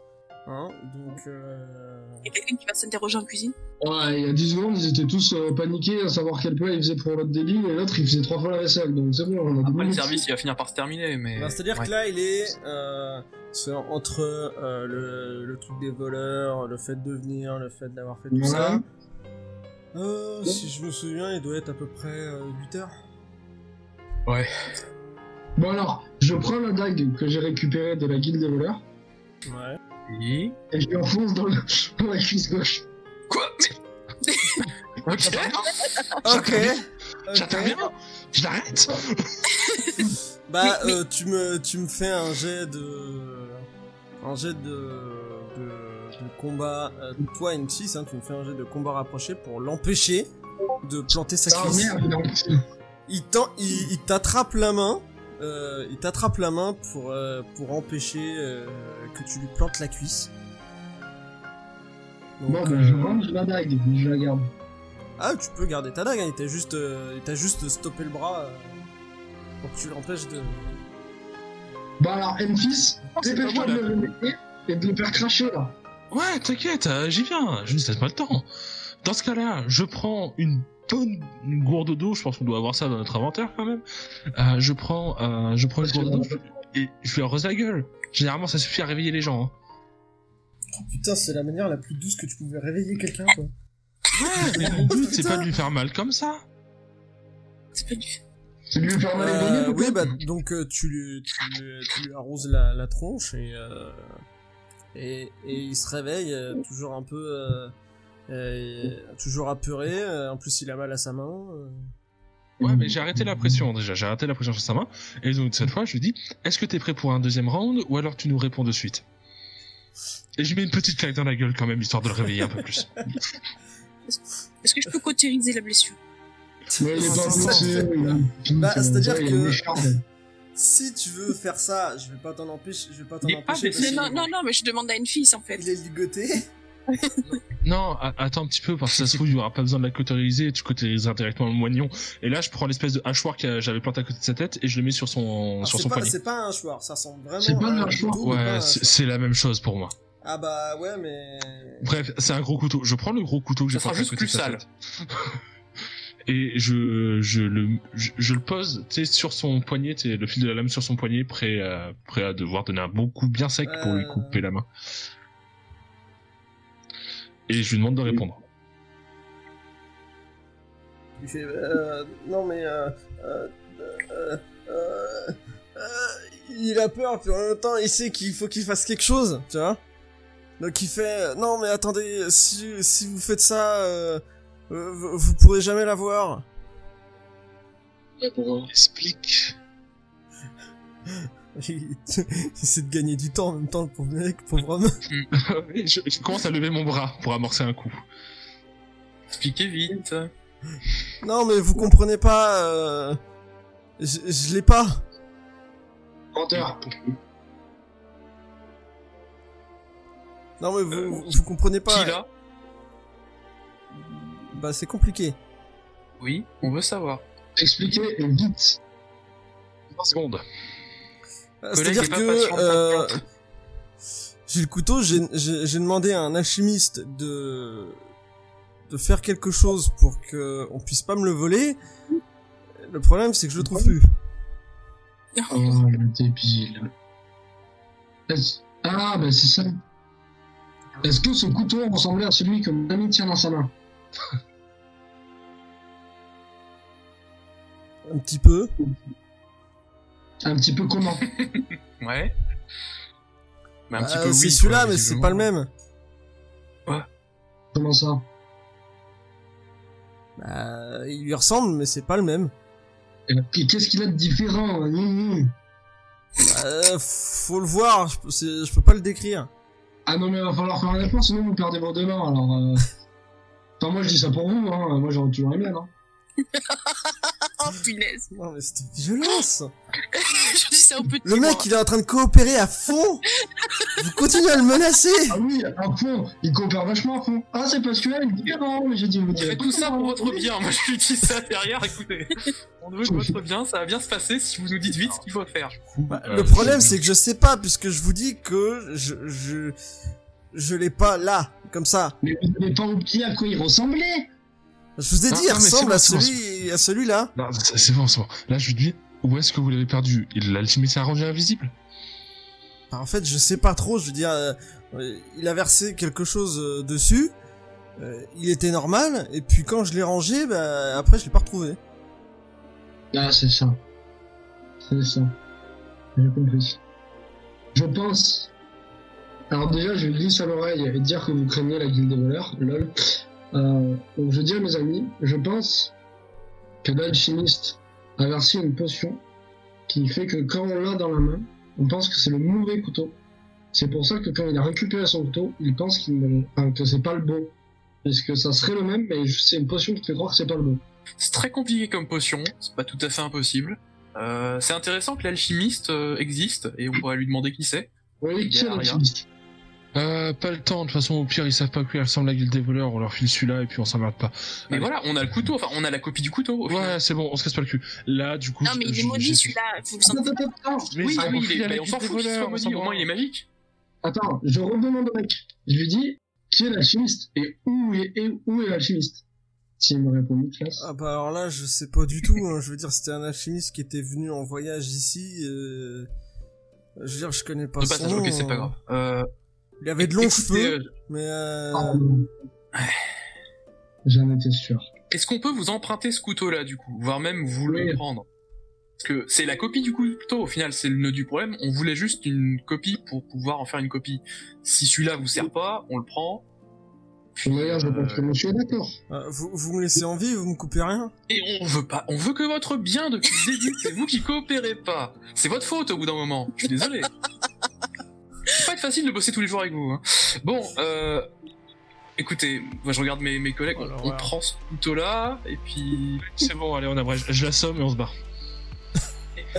Hein, donc. euh,
Il y a quelqu'un qui va s'interroger en cuisine.
Ouais, il y a 10 secondes, ils étaient tous euh, paniqués à savoir quel plat ils faisaient pour l'autre débile et l'autre il faisait trois fois la vaisselle. Donc c'est bon, on a
Après le service il va finir par se terminer, mais.
Bah, C'est-à-dire
Ouais.
que là, il est, euh, c'est en- entre euh, le, le truc des voleurs, le fait de venir, le fait d'avoir fait tout
Ouais.
ça. Euh, si je me souviens, il doit être à peu près 8 heures.
Bon alors, je prends la dague que j'ai récupérée de la guilde des voleurs
Ouais.
Oui.
et je l'enfonce dans, le... dans la cuisse gauche.
Quoi Mais. Ok.
Ah,
Ok.
J'interviens Je l'arrête
Bah, euh, tu me, tu me fais un jet de, un jet de, de, de combat. euh, toi, M6, hein, tu me fais un jet de combat rapproché pour l'empêcher de planter sa
Ah
cuisse.
merde, il a enfoncé.
il t'en- il, il t'attrape la main, euh, il t'attrape la main pour euh, pour empêcher euh, que tu lui plantes la cuisse. Donc,
Bon, ben,
euh,
je range la dague, mais je la garde.
ah, tu peux garder ta dague. hein, il t'a juste, euh, il t'a juste stoppé le bras euh, pour que tu l'empêches de.
Bon Bah, alors, M6,
c'est pas
dépêche-toi
moi,
de le remettre et de le faire cracher là.
Ouais, t'inquiète, euh, j'y viens, juste laisse-moi le temps. Dans ce cas-là, je prends une bonne gourde d'eau, je pense qu'on doit avoir ça dans notre inventaire quand même. Euh, je prends, euh, je prends une gourde d'eau je- et je lui arrose la gueule. Généralement, ça suffit à réveiller les gens. hein.
Putain, c'est la manière la plus douce que tu pouvais réveiller quelqu'un. Quoi.
Ouais, mais
Oh,
mon but, c'est pas de lui faire mal comme ça.
C'est pas du...
C'est lui faire mal à
Euh,
l'éveiller,
oui, bah donc euh, tu lui, tu lui- tu lui arroses la, la tronche et, euh, et et il se réveille euh, toujours un peu euh, euh, toujours apeuré. euh, en plus, il a mal à sa main. euh.
Ouais, mais j'ai arrêté la pression déjà, j'ai arrêté la pression sur sa main. Et donc, cette fois, je lui dis Est-ce que t'es prêt pour un deuxième round ou alors tu nous réponds de suite Et je mets une petite claque dans la gueule quand même, histoire de le réveiller un peu plus.
Est-ce que je peux cautériser la blessure
Mais il est pas
C'est ça,
blessé,
c'est-
oui.
Bah,
Putain,
c'est-à-dire
il est
que-
méchant.
Si tu veux faire ça, je vais pas t'en empêcher. Je vais pas t'en
Il est pas
empêcher.
blessé.
parce
Non,
que
non, non, mais je demande à une fille, en fait.
Il est ligoté.
non, a- attends un petit peu, parce que ça se trouve, il y aura pas besoin de la cautériser, tu cautériseras directement le moignon. Et là, je prends l'espèce de hachoir que j'avais planté à côté de sa tête et je le mets sur son,
Alors,
sur
Ah, c'est
son
pas,
poignet.
c'est pas un choix. Ça ressemble vraiment.
C'est pas
à
un
un
hachoir.
couteau, mais pas un
Ouais, c'est
hachoir.
c'est la même chose pour moi.
Ah bah ouais, mais.
Bref, c'est un gros couteau. Je prends le gros couteau que j'ai
Ça sera
planté à
juste
côté de
plus
sa
sale.
tête. Et je, je, le, je, je le pose, tu sais, sur son poignet, tu sais, le fil de la lame sur son poignet, prêt, à- prêt à devoir donner un bon coup bien sec pour lui
Euh.
couper la main. Et je lui demande de répondre.
Il fait, euh, non mais euh, euh, euh, euh, euh, il a peur puis en même temps il sait qu'il faut qu'il fasse quelque chose, tu vois. Donc il fait euh, non mais attendez si si vous faites ça euh, euh, vous- vous pourrez jamais la voir.
Explique.
Il il essaie de gagner du temps en même temps le pauvre mec, le pauvre homme.
je, je commence à lever mon bras pour amorcer un coup.
Expliquez vite.
Non mais vous comprenez pas, euh, je, je l'ai pas.
Menteur.
Non mais vous
Euh,
vous- vous comprenez pas.
Qui là
Bah c'est compliqué.
Oui, on veut savoir.
Expliquez et vite.
20 secondes.
Euh,
Collègue
C'est-à-dire
est pas
que
patient,
euh, j'ai le couteau, j'ai j'ai- j'ai demandé à un alchimiste de de faire quelque chose pour que on puisse pas me le voler. Le problème, c'est que je le trouve plus.
Oh, le débile. Est-ce- Ah, bah c'est ça. Est-ce que ce couteau ressemblait à celui que mon ami tient dans sa main
Un petit peu.
Un petit peu comment
Ouais. Mais un petit
Euh,
peu
c'est
oui,
celui-là,
quoi,
mais c'est pas le même.
Comment ça
Bah, il lui ressemble, mais c'est pas le même.
Et qu'est-ce qu'il a de différent hein Hum, hum.
Euh, faut le voir, je, peux- c'est- je peux pas le décrire.
Ah non, mais il va falloir faire un effort, sinon vous perdez vos deux mains, alors... euh, Enfin, moi, je dis ça pour vous, hein. Moi, j'aurais toujours aimé, non
Oh punaise.
Non, mais c'est de violence.
je dis ça au petit.
Le
moi.
mec, il est en train de coopérer à fond. Vous continuez à le menacer.
Ah oui, à fond Il coopère vachement à fond. Ah, c'est parce que là, il est différent, mais j'ai dit... vous
On fait
direz
tout ça pour votre bien. Moi, je lui dis ça derrière. Écoutez, on veut votre bien. Ça va bien se passer si vous nous dites vite ce qu'il faut faire.
Bah,
Euh,
le problème,
je-
c'est que je sais pas, puisque je vous dis que je, je, je l'ai pas là, comme ça.
Mais vous n'avez pas oublié à quoi il ressemblait
Je vous ai
Ah,
dit, il
ah, mais c'est
ressemble à
bon, c'est
celui, à celui-là.
Non, c'est c'est bon, c'est bon. Là, je lui dis, où est-ce que vous l'avez perdu Il l'a mais c'est un ranger invisible
Bah, en fait, je sais pas trop, je veux dire, euh, euh, il a versé quelque chose euh, dessus, euh, il était normal, et puis quand je l'ai rangé, bah, après, je l'ai pas retrouvé.
Ah, c'est ça. C'est ça. J'ai compris. Je pense. Alors, déjà, je vais glisser à l'oreille et dire que vous craignez la guilde des voleurs, lol. Euh, donc, je dis à mes amis, je pense que l'alchimiste a versé une potion qui fait que quand on l'a dans la main, on pense que c'est le mauvais couteau. C'est pour ça que quand il a récupéré son couteau, il pense qu'il ne... enfin, que c'est pas le bon. Puisque ça serait le même, mais juste c'est une potion qui fait croire que c'est pas le bon.
C'est très compliqué comme potion, c'est pas tout à fait impossible. Euh, c'est intéressant que l'alchimiste euh, existe et on pourrait lui demander qui c'est.
Vous voyez qui est
Derrière.
l'alchimiste
Euh, pas le temps, de toute façon, au pire, ils savent pas à quoi il ressemble la guilde des voleurs, on leur file celui-là et puis on s'emmerde pas.
Mais
Allez.
voilà, on a le couteau, enfin on a la copie du couteau. Au final. Ah
Ouais, c'est bon, on se casse pas le cul. Là, du coup,
Non, mais il est maudit celui-là, faut le sentir.
Attends, attends, attends.
Mais
oui,
ça, on
Ah oui, il
file
est-
à la
mais on
guilde
s'en
des
fout qu'il
voleurs,
soit
on
maudit,
s'en
au moins il est magique.
Attends, je redemande au mec. Je lui dis, qui est l'alchimiste Et où est, et où est l'alchimiste S'il me répond Nicolas.
Ah, bah, alors là, je sais pas du tout, hein. je veux dire, c'était un alchimiste qui était venu en voyage ici, euh, je veux dire, je connais pas
De
son
passage,
nom.
ok, c'est pas
hein.
grave. Euh,
Il avait de longs
écoutez,
cheveux,
euh,
mais euh...
Ah, non. J'en étais sûr.
Est-ce qu'on peut vous emprunter ce couteau-là du coup, voire même vous
Oui.
le prendre Parce que c'est la copie du couteau. Au final, c'est le nœud du problème. On voulait juste une copie pour pouvoir en faire une copie. Si celui-là vous sert pas, on le prend. Puis,
D'ailleurs, je
euh,
pense que monsieur est d'accord.
Euh, vous, vous me laissez en vie, vous me coupez rien
Et on veut pas, on veut que votre bien depuis le début, c'est vous qui coopérez pas. C'est votre faute au bout d'un moment, je suis désolé. C'est pas être facile de bosser tous les jours avec vous. hein. Bon, euh, écoutez, moi je regarde mes, mes collègues, on, on prend ce couteau-là, et puis
C'est bon, allez, on abrège. Je l'assomme et on se barre.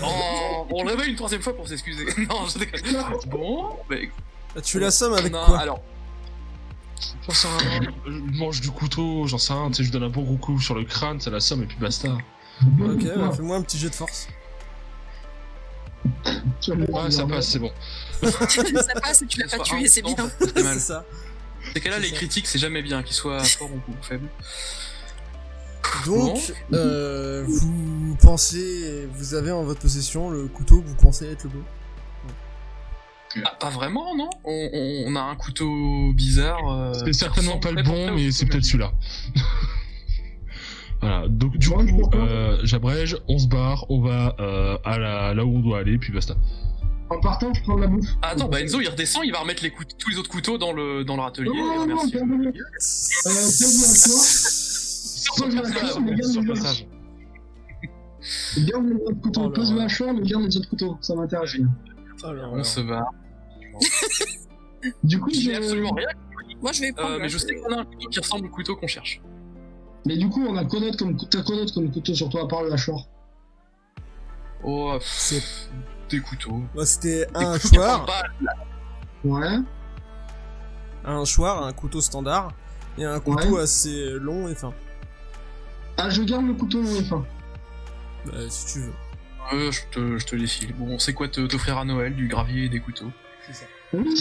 Oh, on le réveille une troisième fois pour s'excuser. non, je déconne. Bon, bah, écoute,
Ah, Tu l'assommes avec
non,
quoi
alors,
J'en sais rien, je mange du couteau, j'en sais rien, tu sais, je donne un bon gros coup sur le crâne, ça l'assomme et puis basta.
ah,
Ok, bah, fais-moi un petit jet de force.
Ouais, ça passe, c'est bon.
ça passe et tu l'as
ça
pas
soit
tué, c'est
un ou
bien.
non, ça fait mal.
C'est ça.
C'est qu'à là, les critiques, c'est jamais bien, qu'ils soient forts ou ou faibles.
Donc, euh, vous pensez, vous avez en votre possession le couteau que vous pensez être le bon.
Ah, pas vraiment, non on, on- on a un couteau bizarre. euh,
C'est
qui
certainement
ressemble
pas le
très
bon,
au
mais
couteau
c'est peut-être
magique.
celui-là. voilà, donc du
Bon, je
coup,
comprends.
euh, j'abrège, on se barre, on va euh, à la, là où on doit aller, puis basta.
En partant, je prends de la bouffe.
Ah, attends, bah Enzo il redescend, il va remettre les couteaux- tous les autres couteaux dans le, dans le râtelier.
Non,
Oh,
non, non,
Merci.
non, non, non. Euh, préviens à toi. Pose-le à
passage,
toi, mais garde
sur
les
le
autres.
passage.
Garde les autres couteaux.
Oh là
Pose-le
là.
à choix, mais garde les autres couteaux. Ça m'intéresse.
On se barre.
Du coup,
Je n'ai
je-
absolument rien, euh,
Moi, je vais prendre.
mais
hein.
je sais qu'on a un couteau qui ressemble au couteau qu'on cherche.
Mais du coup, on a quoi d'autre comme, t'as quoi d'autre comme couteau sur toi à part le hachoir
Oh, pff,
C'est- Ah.
des couteaux. bah,
Bah, c'était
Des
un
couteaux qui ressemblent
hachoir,
pas à-
Ouais.
un hachoir, un couteau standard, et un couteau assez long et fin.
Ah, je garde le couteau dans les fins.
Bah, si tu veux.
Euh, je te, je te les file. Bon, c'est quoi te- t'offrir à Noël du gravier et des couteaux
Oui.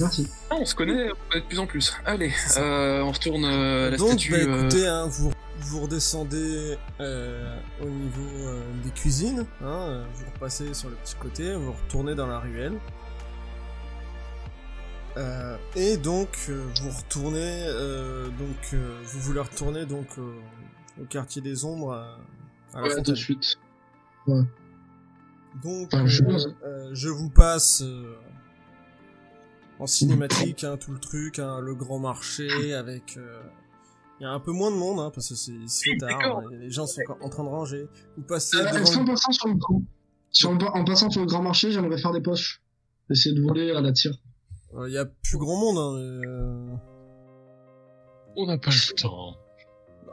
Merci.
Ah, on se connaît, on se connaît de plus en plus. Allez, euh, on retourne euh, à la
Donc,
statue.
bah,
euh,
écoutez, hein, vous, vous redescendez euh, au niveau euh, des cuisines, hein, euh, vous repassez sur le petit côté, vous retournez dans la ruelle. Euh, et donc, euh, vous retournez, euh, donc, euh, vous voulez retourner donc euh, au quartier des ombres euh, à la
Ouais, de
fontaine.
suite.
Donc,
Enfin, je
euh,
pense.
euh, je vous passe euh, en cinématique hein, tout le truc, hein, le grand marché avec. euh, Il y a un peu moins de monde hein, parce que c'est il se fait tard,
D'accord.
hein, et les gens sont encore en train de ranger. Vous passez
Euh,
devant-
Est-ce qu'en passant sur le coup, sur le- en passant sur le grand marché, j'aimerais faire des poches. Essayer de voler à la tire.
Euh, Il y a plus grand monde. Hein, mais, euh,
On n'a pas le temps.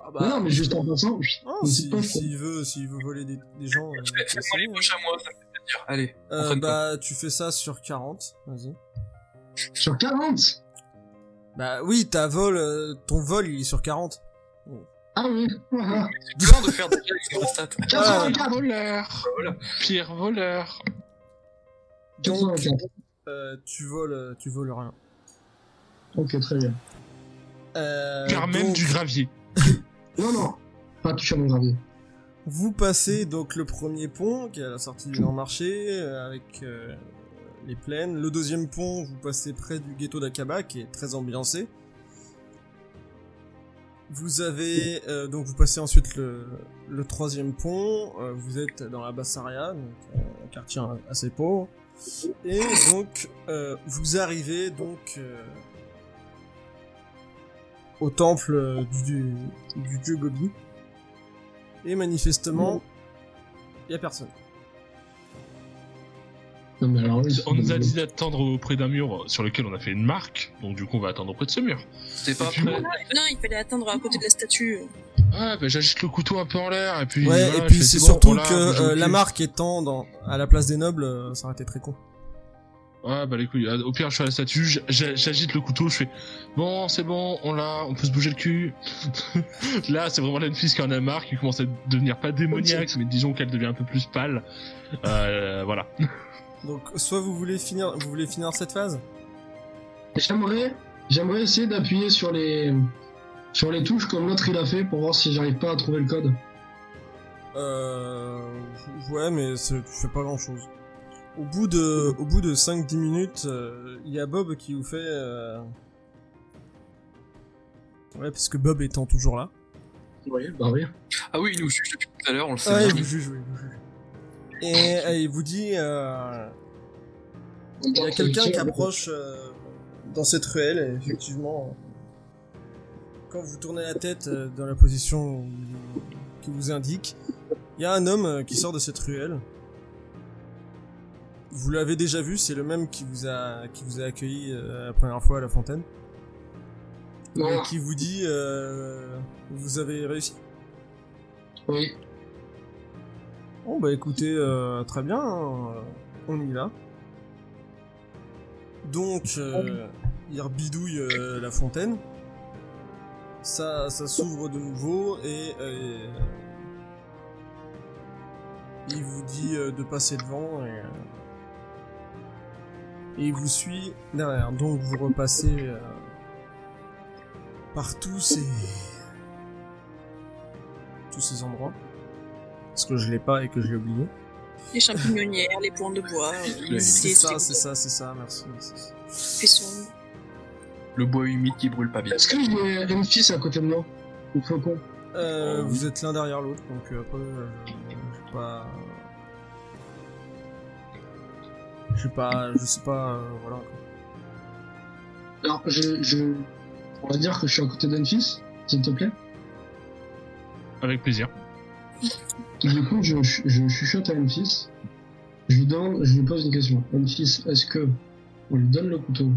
ah
Non, non, mais juste en passant. oui.
ah,
Une
si-
petite poche, quoi.
s'il veut, s'il veut voler des, des gens. euh,
fais- Fais-moi
passez,
les poches à moi, ça me fait plaisir. Allez,
hein. Euh,
entraîne-toi.
bah, tu fais ça sur 40. Vas-y.
Sur 40
Bah oui, ta vol, euh, ton vol, il est sur 40.
Ah oui. voilà.
c'est dur de faire des avec ces stats.
Ah,
84
Voleur Pire voleur
84.
Euh, tu voles, euh, tu voles rien.
Ok, très bien.
Euh,
Pire même
donc,
du gravier.
Non, non. Pas toucher à mon gravier.
Vous passez donc le premier pont qui est à la sortie du grand marché euh, avec euh, les plaines. Le deuxième pont, vous passez près du ghetto d'Akaba qui est très ambiancé. Vous avez euh, donc vous passez ensuite le, le troisième pont. euh, vous êtes dans la Bassaria, donc euh, un quartier assez pauvre. Et donc euh, vous arrivez donc euh, au temple euh, du, du, du dieu Gobi. Et manifestement, il a personne.
Non, mais alors, oui,
On nous a dit d'attendre auprès d'un mur sur lequel on a fait une marque, donc du coup on va attendre auprès de ce mur.
C'était pas
Et puis,
après.
Non, il fallait attendre à côté de la statue. euh,
Ah bah j'agite le couteau un peu en l'air et puis.
Ouais,
voilà,
et
je
puis
fais,
c'est
bon,
surtout
voilà,
que
bouge le
euh,
cul.
la marque étant dans, à la place des nobles, euh, ça aurait été très con.
Ah bah les couilles. Ah, Au pire je fais la statue, j'a- j'a- j'agite le couteau, je fais bon c'est bon, on l'a, on peut se bouger le cul. Là c'est vraiment l'enfis qui en a marre, qui commence à devenir pas démoniaque, mais disons qu'elle devient un peu plus pâle. Euh, voilà.
Donc soit vous voulez finir, vous voulez finir cette phase
J'aimerais, j'aimerais essayer d'appuyer sur les, sur les touches comme l'autre il a fait pour voir si j'arrive pas à trouver le code.
Euh, ouais, mais c'est- tu fais pas grand chose. Au bout de, au bout de 5-10 minutes, euh, il y a Bob qui vous fait. euh, Ouais, parce que Bob étant toujours là.
Oui, bah oui.
Ah oui, il nous juge depuis tout à l'heure, on le sait.
Ah, il
bien.
vous juge, oui, il vous juge. Et euh, il vous dit. euh, Il y a quelqu'un qui approche euh, dans cette ruelle, et effectivement. euh, Quand vous tournez la tête euh, dans la position où- qui vous indique, il y a un homme euh, qui sort de cette ruelle. Vous l'avez déjà vu, c'est le même qui vous a, qui vous a accueilli euh, la première fois à la fontaine. Et
Noir.
qui vous dit euh, Vous avez réussi
Oui.
Bon, bah écoutez, euh, très bien, hein, euh, on y va. Donc, euh, il rebidouille euh, la fontaine. Ça, ça s'ouvre de nouveau et euh, il vous dit euh, de passer devant et, euh, et il vous suit derrière. Donc, vous repassez euh, par tous ces, tous ces endroits parce que je l'ai pas et que je l'ai oublié.
Les champignonnières, les points de bois, euh, les
C'est ça, c'est
les
ça, c'est ça, merci. merci.
faissons.
Le bois humide qui brûle pas bien.
Est-ce que j'ai une fils à côté de moi Ou flocon
Euh, vous êtes l'un derrière l'autre, donc euh, après, euh, je sais pas. Je sais pas, je sais pas, euh, voilà. quoi.
Alors, je, je. On va dire que je suis à côté d'Enfis, s'il te plaît.
Avec plaisir.
Du coup, je, je, je chuchote à Enfis. Je lui demande, je lui pose une question. Enfis, est-ce que on lui donne le couteau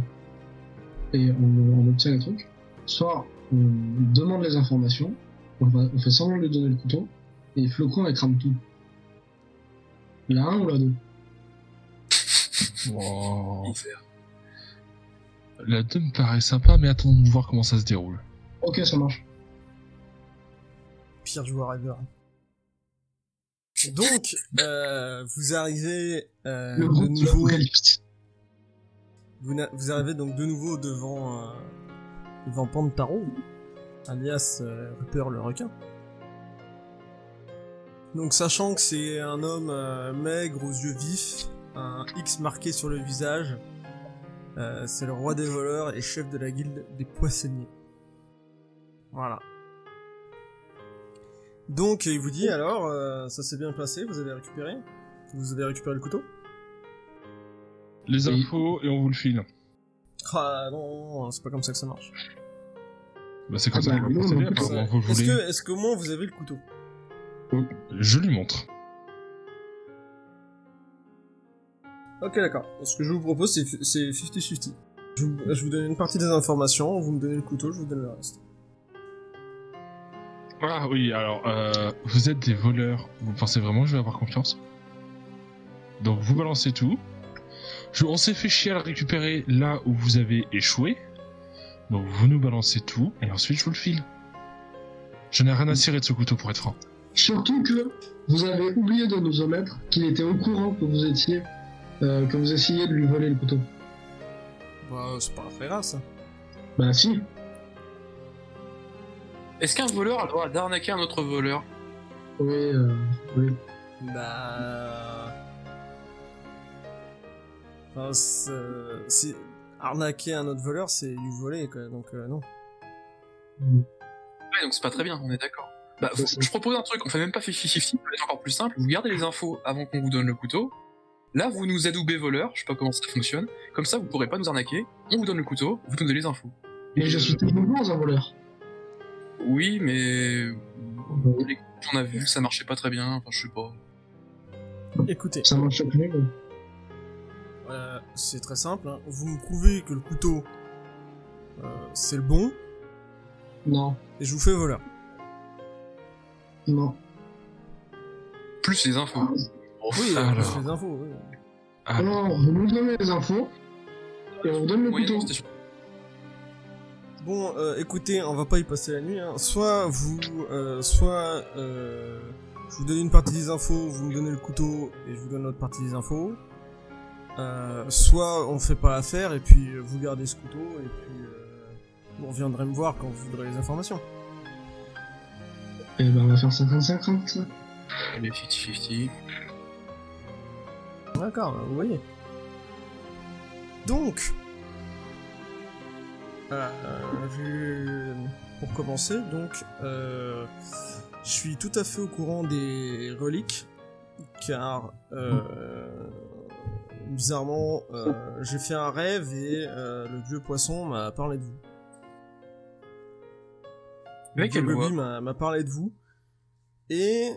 et on, on obtient les trucs, soit on demande les informations, on, va- on fait semblant de lui donner le couteau et Flocon elle crame tout. La 1 ou la 2
Wow.
Enfer.
La 2 me paraît sympa, mais attendons de voir comment ça se déroule.
Ok, ça marche.
Pire joueur ever. Donc, euh, vous arrivez euh,
Le
de
groupe
Euh, nouveau.
de l'apocalypse.
Vous, na- vous arrivez donc de nouveau devant, euh, devant Pantaro, alias euh, Rupert le requin. Donc sachant que c'est un homme euh, maigre aux yeux vifs, un X marqué sur le visage, euh, c'est le roi des voleurs et chef de la guilde des poissonniers. Voilà. Donc il vous dit alors, euh, ça s'est bien passé, vous avez récupéré Vous avez récupéré le couteau
Les infos et on vous le file.
Ah non, c'est pas comme ça que ça marche.
Bah, c'est
Ah
comme ça
bah,
qu'on va
non,
procéder,
non,
apparemment. Vous
Est-ce
voulez-
que, est-ce qu'au moins vous avez le couteau
Je lui montre.
Ok, d'accord. Ce que je vous propose, c'est fi- c'est 50-50. Je, vous- je vous donne une partie des informations, vous me donnez le couteau, je vous donne le reste.
Ah oui, alors, euh, vous êtes des voleurs. Vous pensez vraiment que je vais avoir confiance Donc, vous balancez tout. Je- on s'est fait chier à le récupérer là où vous avez échoué. Donc, vous nous balancez tout, et ensuite, je vous le file. Je n'ai rien à cirer de ce couteau, pour être franc.
Surtout que vous avez oublié de nous omettre qu'il était au courant que vous étiez, euh, que vous essayiez de lui voler le couteau.
Bah, c'est pas très grave ça.
Bah si.
Est-ce qu'un voleur a le droit d'arnaquer un autre voleur
Oui. euh, oui.
Bah. Enfin, c'est. c'est- Arnaquer un autre voleur, c'est lui voler, quoi, donc euh, non.
Ouais, donc c'est pas très bien, on est d'accord. Bah,
C'est
vous-
ça.
je propose un truc, on fait même pas 50-50, c'est encore plus simple. Vous gardez les infos avant qu'on vous donne le couteau. Là, vous nous adoubez voleurs, je sais pas comment ça fonctionne. Comme ça, vous pourrez pas nous arnaquer. On vous donne le couteau, vous nous donnez les infos.
Mais je suis techniquement un voleur.
Oui, mais. Les coups qu'on a vu, ça marchait pas très bien, enfin, je sais pas.
Écoutez,
Ça marche plus. mais-
euh, c'est très simple, hein. vous me prouvez que le couteau, euh, c'est le bon,
Non.
et je vous fais voleur.
Non.
Plus les infos. Bon,
Oui,
ça,
euh, plus
alors.
les infos, oui.
Alors, vous nous donnez les infos et on vous donne le couteau.
moyennement, c'était sur-
Bon, euh, écoutez, on va pas y passer la nuit. hein. Soit vous, euh, soit euh, je vous donne une partie des infos, vous me donnez le couteau et je vous donne l'autre partie des infos. Euh, soit on fait pas affaire et puis euh, vous gardez ce couteau et puis euh, vous reviendrez me voir quand vous voudrez les informations.
Et ben on va faire 50-50 ça.
Allez, 50-50.
D'accord, vous voyez. Donc, euh, je- pour commencer, donc, euh, je suis tout à fait au courant des reliques, car euh, bizarrement, euh, j'ai fait un rêve et euh, le dieu poisson m'a parlé de vous.
Le mec,
Le
elle
Gobi
voit.
m'a m'a parlé de vous. Et.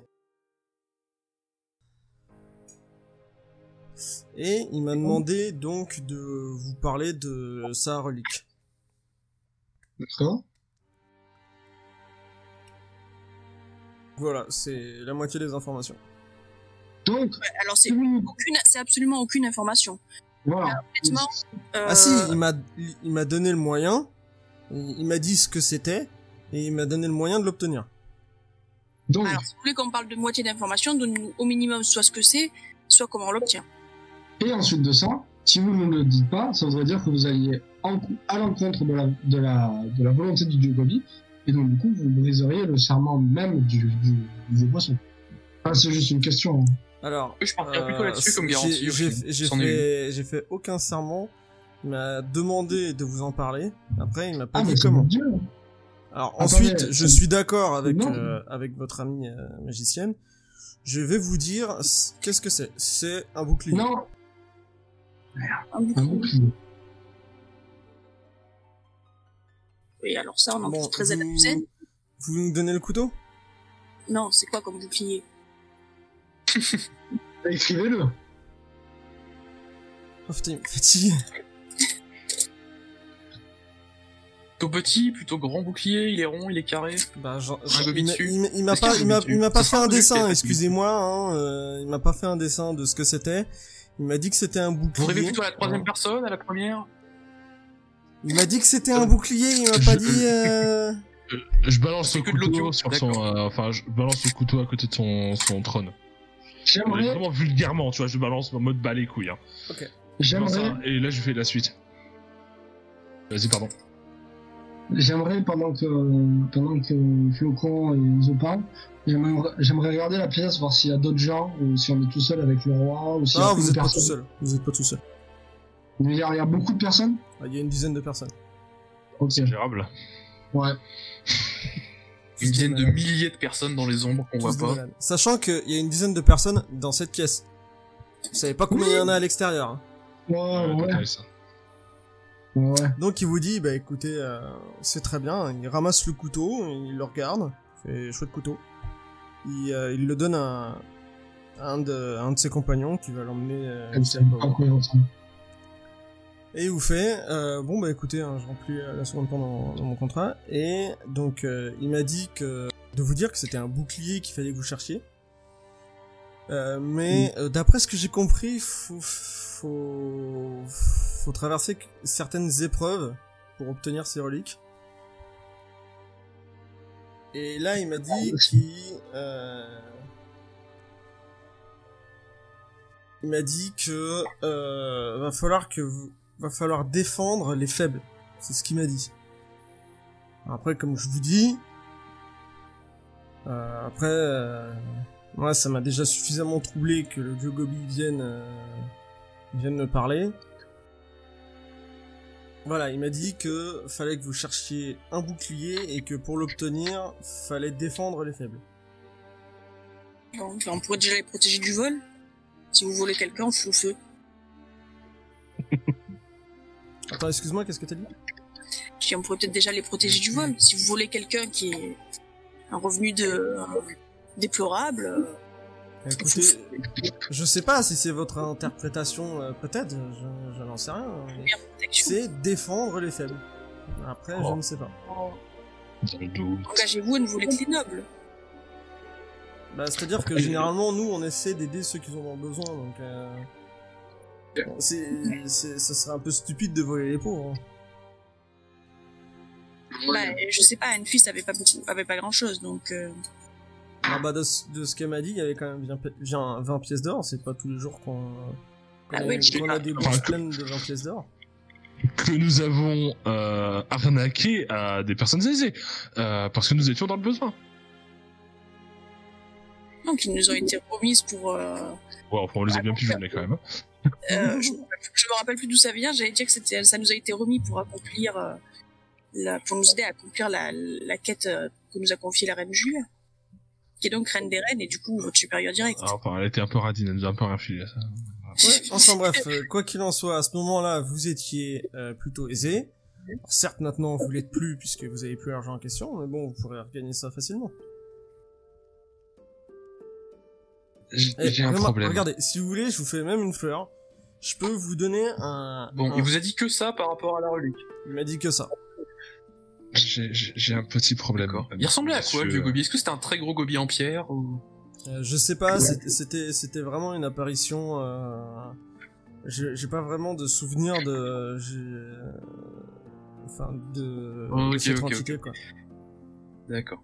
Et il m'a demandé donc de vous parler de sa relique.
D'accord
Voilà, c'est la moitié des informations.
Donc,
Alors, c'est
si vous nous-
aucune, c'est absolument aucune information.
voilà.
Honnêtement, euh,
Ah si, il m'a il il m'a donné le moyen. Il il m'a dit ce que c'était et il m'a donné le moyen de l'obtenir.
Donc,
Alors, si vous voulez qu'on parle de moitié d'information, donne-nous au minimum soit ce que c'est, soit comment on l'obtient.
et ensuite de ça, si vous ne le dites pas, ça voudrait dire que vous alliez en- à l'encontre de la, de, la, de la volonté du dieu Gobi, et donc du coup, vous briseriez le serment même du, du, du poisson. Ah, c'est juste une question.
Ah,
hein.
Alors,
Je partirais plutôt
Euh,
là-dessus comme
j'ai-
garantie. au
J'ai
final.
j'ai
C'en est une.
fait, j'ai fait aucun serment. Il m'a demandé de vous en parler. Après, il m'a pas
Ah, mais
dit
c'est
comment.
mon dieu hein.
Alors
Attendez,
ensuite,
c'est-
je suis d'accord avec
Non.
euh, avec votre amie euh, magicienne. Je vais vous dire c- qu'est-ce que c'est. C'est un bouclier.
Non,
Un
Ah Mmh.
un
bouclier.
bouclier.
Oui, alors ça, on
Bon,
en
mmh.
trouve très à la
vous-
douzaine.
Vous nous donnez le couteau
Non, c'est quoi comme bouclier
Écrivez-le.
Oh putain, il me fatigue.
Plutôt petit, plutôt grand bouclier, il est rond, il est carré.
Bah, genre,
Un gobi
il m'a-
dessus.
il m'a- il m'a
Parce
pas,
qu'un
il m'a,
gobi
il m'a
dessus.
pas fait
Ça sera
un
un gobi
dessin.
dessus.
Excusez-moi, hein, euh, il m'a pas fait un dessin de ce que c'était. Il m'a dit que c'était un bouclier.
Vous rêvez plutôt à la troisième personne, à la première
Il m'a dit que c'était un bouclier. Il m'a pas
Je-
dit. euh,
Je balance le
C'est que de l'audio,
couteau sur son...
d'accord.
euh, enfin, je balance le couteau à côté de son, son trône. Mais
J'aimerais,
Vraiment vulgairement, tu vois, je balance en mode balai couille. hein.
j'aimerais,
Et là, je fais la suite. Vas-y, pardon.
J'aimerais, pendant que, pendant que Flocon et Zo parlent, j'aimerais j'aimerais regarder la pièce, voir s'il y a d'autres gens, ou si on est tout seul avec le roi, ou si
Ah,
y a
vous
une
êtes pas tout
personne.
seul. Vous êtes pas tout seul.
Il y, a, il y a beaucoup de personnes
Ah, Il y a une dizaine de personnes.
Ok,
C'est gérable.
ouais.
Une dizaine de milliers de personnes dans les ombres qu'on
Tous
voit
des
pas.
malades. Sachant qu'il y a une dizaine de personnes dans cette pièce. Vous savez pas combien il y en a à l'extérieur. hein.
Ouais,
Ah, Ouais,
ouais,
Euh, t'as ça.
ouais.
Donc il vous dit, bah écoutez, euh, c'est très bien. Il ramasse le couteau, il le regarde, fait chouette couteau. Il, euh, il le donne à, à un, de, à un de ses compagnons qui va l'emmener. euh,
Comme
je sais
ça,
pas
pas
où.
cohérent.
et il vous fait, euh, bon bah écoutez, hein, je remplis euh, la seconde pendant dans, dans mon contrat. Et donc euh, il m'a dit que de vous dire que c'était un bouclier qu'il fallait que vous cherchiez. Euh, mais euh, d'après ce que j'ai compris, faut, faut, faut traverser que- certaines épreuves pour obtenir ces reliques. Et là, il m'a dit qu'il... euh, il m'a dit que euh, va falloir que vous, va falloir défendre les faibles. C'est ce qu'il m'a dit. Après, comme je vous dis, euh, après, euh, moi, ça m'a déjà suffisamment troublé que le vieux Gobi vienne, euh, vienne me parler. Voilà, il m'a dit que fallait que vous cherchiez un bouclier et que pour l'obtenir, fallait défendre les faibles.
Bon, enfin, on pourrait déjà les protéger du vol. Si vous volez quelqu'un, on fout le feu.
Attends, excuse-moi, qu'est-ce que t'as dit
Je dis, on pourrait peut-être déjà les protéger du vol. Si vous volez quelqu'un qui est un revenu de euh, déplorable, euh, on fout le
Écoutez,
feu.
je sais pas si c'est votre interprétation, euh, peut-être, je, je n'en sais rien. mais
protection.
C'est défendre les faibles. Après, je ne sais pas.
Dans le doute.
Engagez-vous à ne voler que les nobles.
Bah, c'est-à-dire que généralement, nous, on essaie d'aider ceux qui en ont besoin, donc... Euh... bon, c'est, c'est, ça serait un peu stupide de voler les pauvres. hein.
Bah, je sais pas, Enfis avait pas beaucoup, avait pas grand chose, donc euh,
Ah bah, de, ce- de ce qu'elle m'a dit, il y avait quand même 20, pi- 20 20 pièces d'or, c'est pas tous les jours qu'on... qu'on
Ah
a-
oui, je sais
qu'on a
pas.
des
Enfin,
bourses
que-
pleines de 20 pièces d'or.
Que nous avons euh, arnaqué à des personnes aisées. euh, parce que nous étions dans le besoin.
donc ils nous ont été remises pour. Euh,
Ouais, enfin, on les a bien pigeonnés quand même. hein.
euh,
Mmh.
je, me rappelle plus- je me rappelle plus d'où ça vient. J'allais dire que c'était, ça nous a été remis pour accomplir, euh, la, pour nous aider à accomplir la, la quête euh, que nous a confiée la reine Jules, qui est donc reine des reines et du coup votre supérieur direct.
Ah, Enfin, elle était un peu radine, elle nous a un peu rien filé, ça.
Ouais, enfin bref, euh, quoi qu'il en soit, à ce moment-là, vous étiez euh, plutôt aisé. Alors, certes, maintenant, vous l'êtes plus puisque vous avez plus l'argent en question, mais bon, vous pourrez regagner ça facilement.
J'ai
Eh,
j'ai un
vraiment,
problème.
Regardez, si vous voulez, je vous fais même une fleur. Je peux vous donner un.
Bon,
un-
il vous a dit que ça par rapport à la relique.
il m'a dit que ça.
J'ai- J'ai j'ai un petit problème.
Il ressemblait à quoi
Monsieur, euh,
le vieux gobier Est-ce que c'était un très gros gobier en pierre ou...
Euh, je sais pas, c'était- c'était c'était vraiment une apparition. euh, J'ai j'ai pas vraiment de souvenir de. j'ai- Enfin, de,
Oh,
de
ok,
cette
ok, ok.
entité, quoi.
D'accord.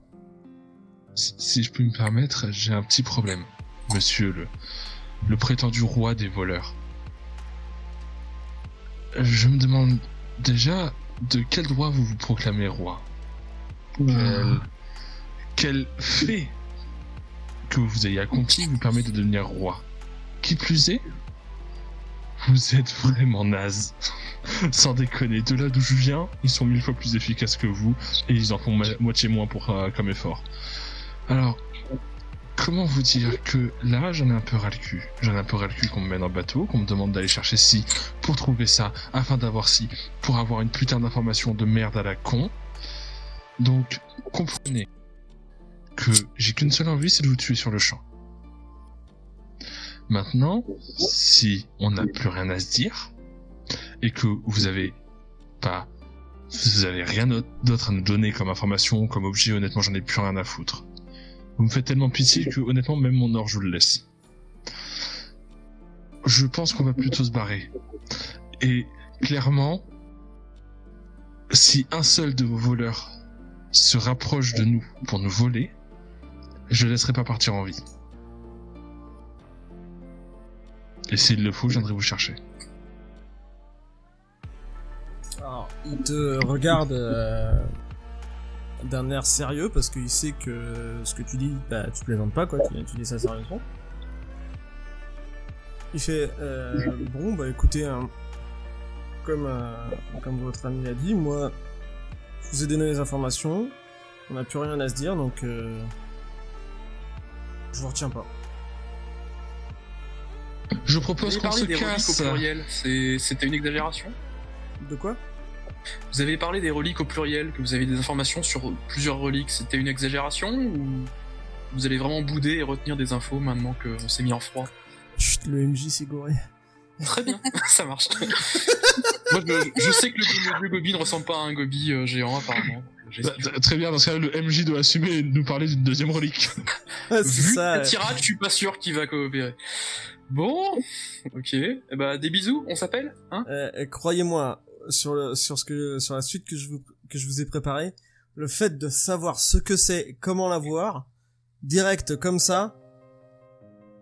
Si, si je peux me permettre, j'ai un petit problème, monsieur le, le prétendu roi des voleurs. Je me demande déjà de quel droit vous vous proclamez roi
Euh,
Quel, quel fait que vous ayez accompli vous permet de devenir roi Qui plus est, vous êtes vraiment naze. Sans déconner, de là d'où je viens, ils sont mille fois plus efficaces que vous et ils en font ma- moitié moins pour, euh, comme effort. Alors, comment vous dire que là, j'en ai un peu ras le cul. J'en ai un peu ras le cul qu'on me mène en bateau, qu'on me demande d'aller chercher ci, pour trouver ça, afin d'avoir ci, pour avoir une putain d'information de merde à la con. Donc, comprenez que j'ai qu'une seule envie, c'est de vous tuer sur le champ. Maintenant, si on n'a plus rien à se dire, et que vous avez pas vous avez rien d'autre à nous donner comme information, comme objet, honnêtement, j'en ai plus rien à foutre. Vous me faites tellement pitié que, honnêtement, même mon or, je vous le laisse. Je pense qu'on va plutôt se barrer. Et, clairement, si un seul de vos voleurs se rapproche de nous pour nous voler, je le laisserai pas partir en vie. Et s'il le faut, je viendrai vous chercher.
Alors, Alors, il te regarde euh, d'un air sérieux parce qu'il sait que ce que tu dis, bah, tu plaisantes pas, quoi. Tu, tu dis ça sérieusement. Il fait euh, Bon, bah écoutez, hein, comme, euh, comme votre ami l'a dit, moi, je vous ai donné les informations. On n'a plus rien à se dire, donc euh, je vous retiens pas.
Je
Vous
propose
avez
qu'on
parlé
se
des reliques au
casse.
pluriel, c'est- c'était une exagération
De quoi
Vous avez parlé des reliques au pluriel, que vous avez des informations sur plusieurs reliques, c'était une exagération ou vous allez vraiment bouder et retenir des infos maintenant qu'on s'est mis en froid
Chut, le MJ s'est gouré.
Très bien, ça marche. Moi, je, je sais que le, le, le gobi ne ressemble pas à un gobi euh, géant apparemment. J'ai-
Bah, t- très bien, dans ce cas le MJ doit assumer et nous parler d'une deuxième relique.
Ah, c'est
Vu
ça.
la tirade, je suis pas sûr qu'il va coopérer. Bon, ok. Eh bah des bisous, on s'appelle, hein
Euh, euh, croyez-moi sur le, sur ce que sur la suite que je vous que je vous ai préparée, le fait de savoir ce que c'est, et comment l'avoir, direct comme ça,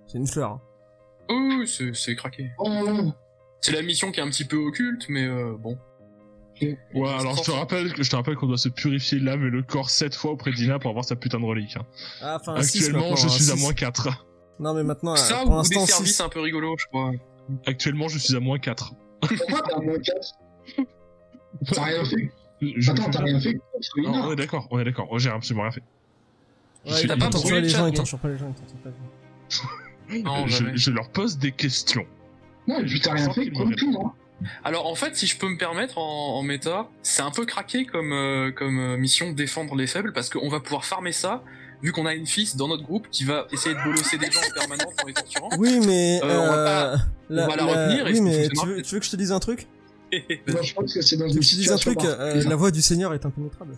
c'est une fleur. hein.
Oh, c'est c'est craqué.
Oh,
C'est la mission qui est un petit peu occulte, mais euh, bon.
Ouais, alors je te rappelle que je te rappelle qu'on doit se purifier l'âme et le corps sept fois auprès d'Ina pour avoir sa putain de relique. hein.
Ah, enfin, six
Actuellement,
maintenant,
je
hein,
suis à
six.
moins 4.
Non mais maintenant, euh,
ça
pour
ou des
l'instant,
services
six.
un peu rigolos, je crois.
Actuellement, je suis à moins 4.
pourquoi t'as un moins 4 T'as rien fait.
Je
Attends,
je-
t'as rien fait. Parce que
Non, on
non.
est d'accord, on est d'accord. Oh, J'ai absolument rien fait. Je
Ouais,
suis-
il
T'as pas
torture
brûlé
les
le
gens,
chat,
il
non
torture pas les gens, il torture pas les gens.
Non,
je,
jamais.
je leur pose des questions.
Non, et puis t'as rien fait, comme tout, hein. non
Alors en fait, si je peux me permettre en, en méta, c'est un peu craqué comme, euh, comme euh, mission de défendre les faibles parce qu'on va pouvoir farmer ça vu qu'on a une fils dans notre groupe qui va essayer de bolosser des gens en permanence en les torturant.
Oui mais
Euh, on va
euh,
on va la retenir et
oui
ça
mais
fonctionnera
tu veux,
peut-être.
tu veux que je te dise un truc
Moi, je pense que c'est dans
Tu veux
une
que je te dise un
situation.
truc euh, La voix du Seigneur est impénétrable.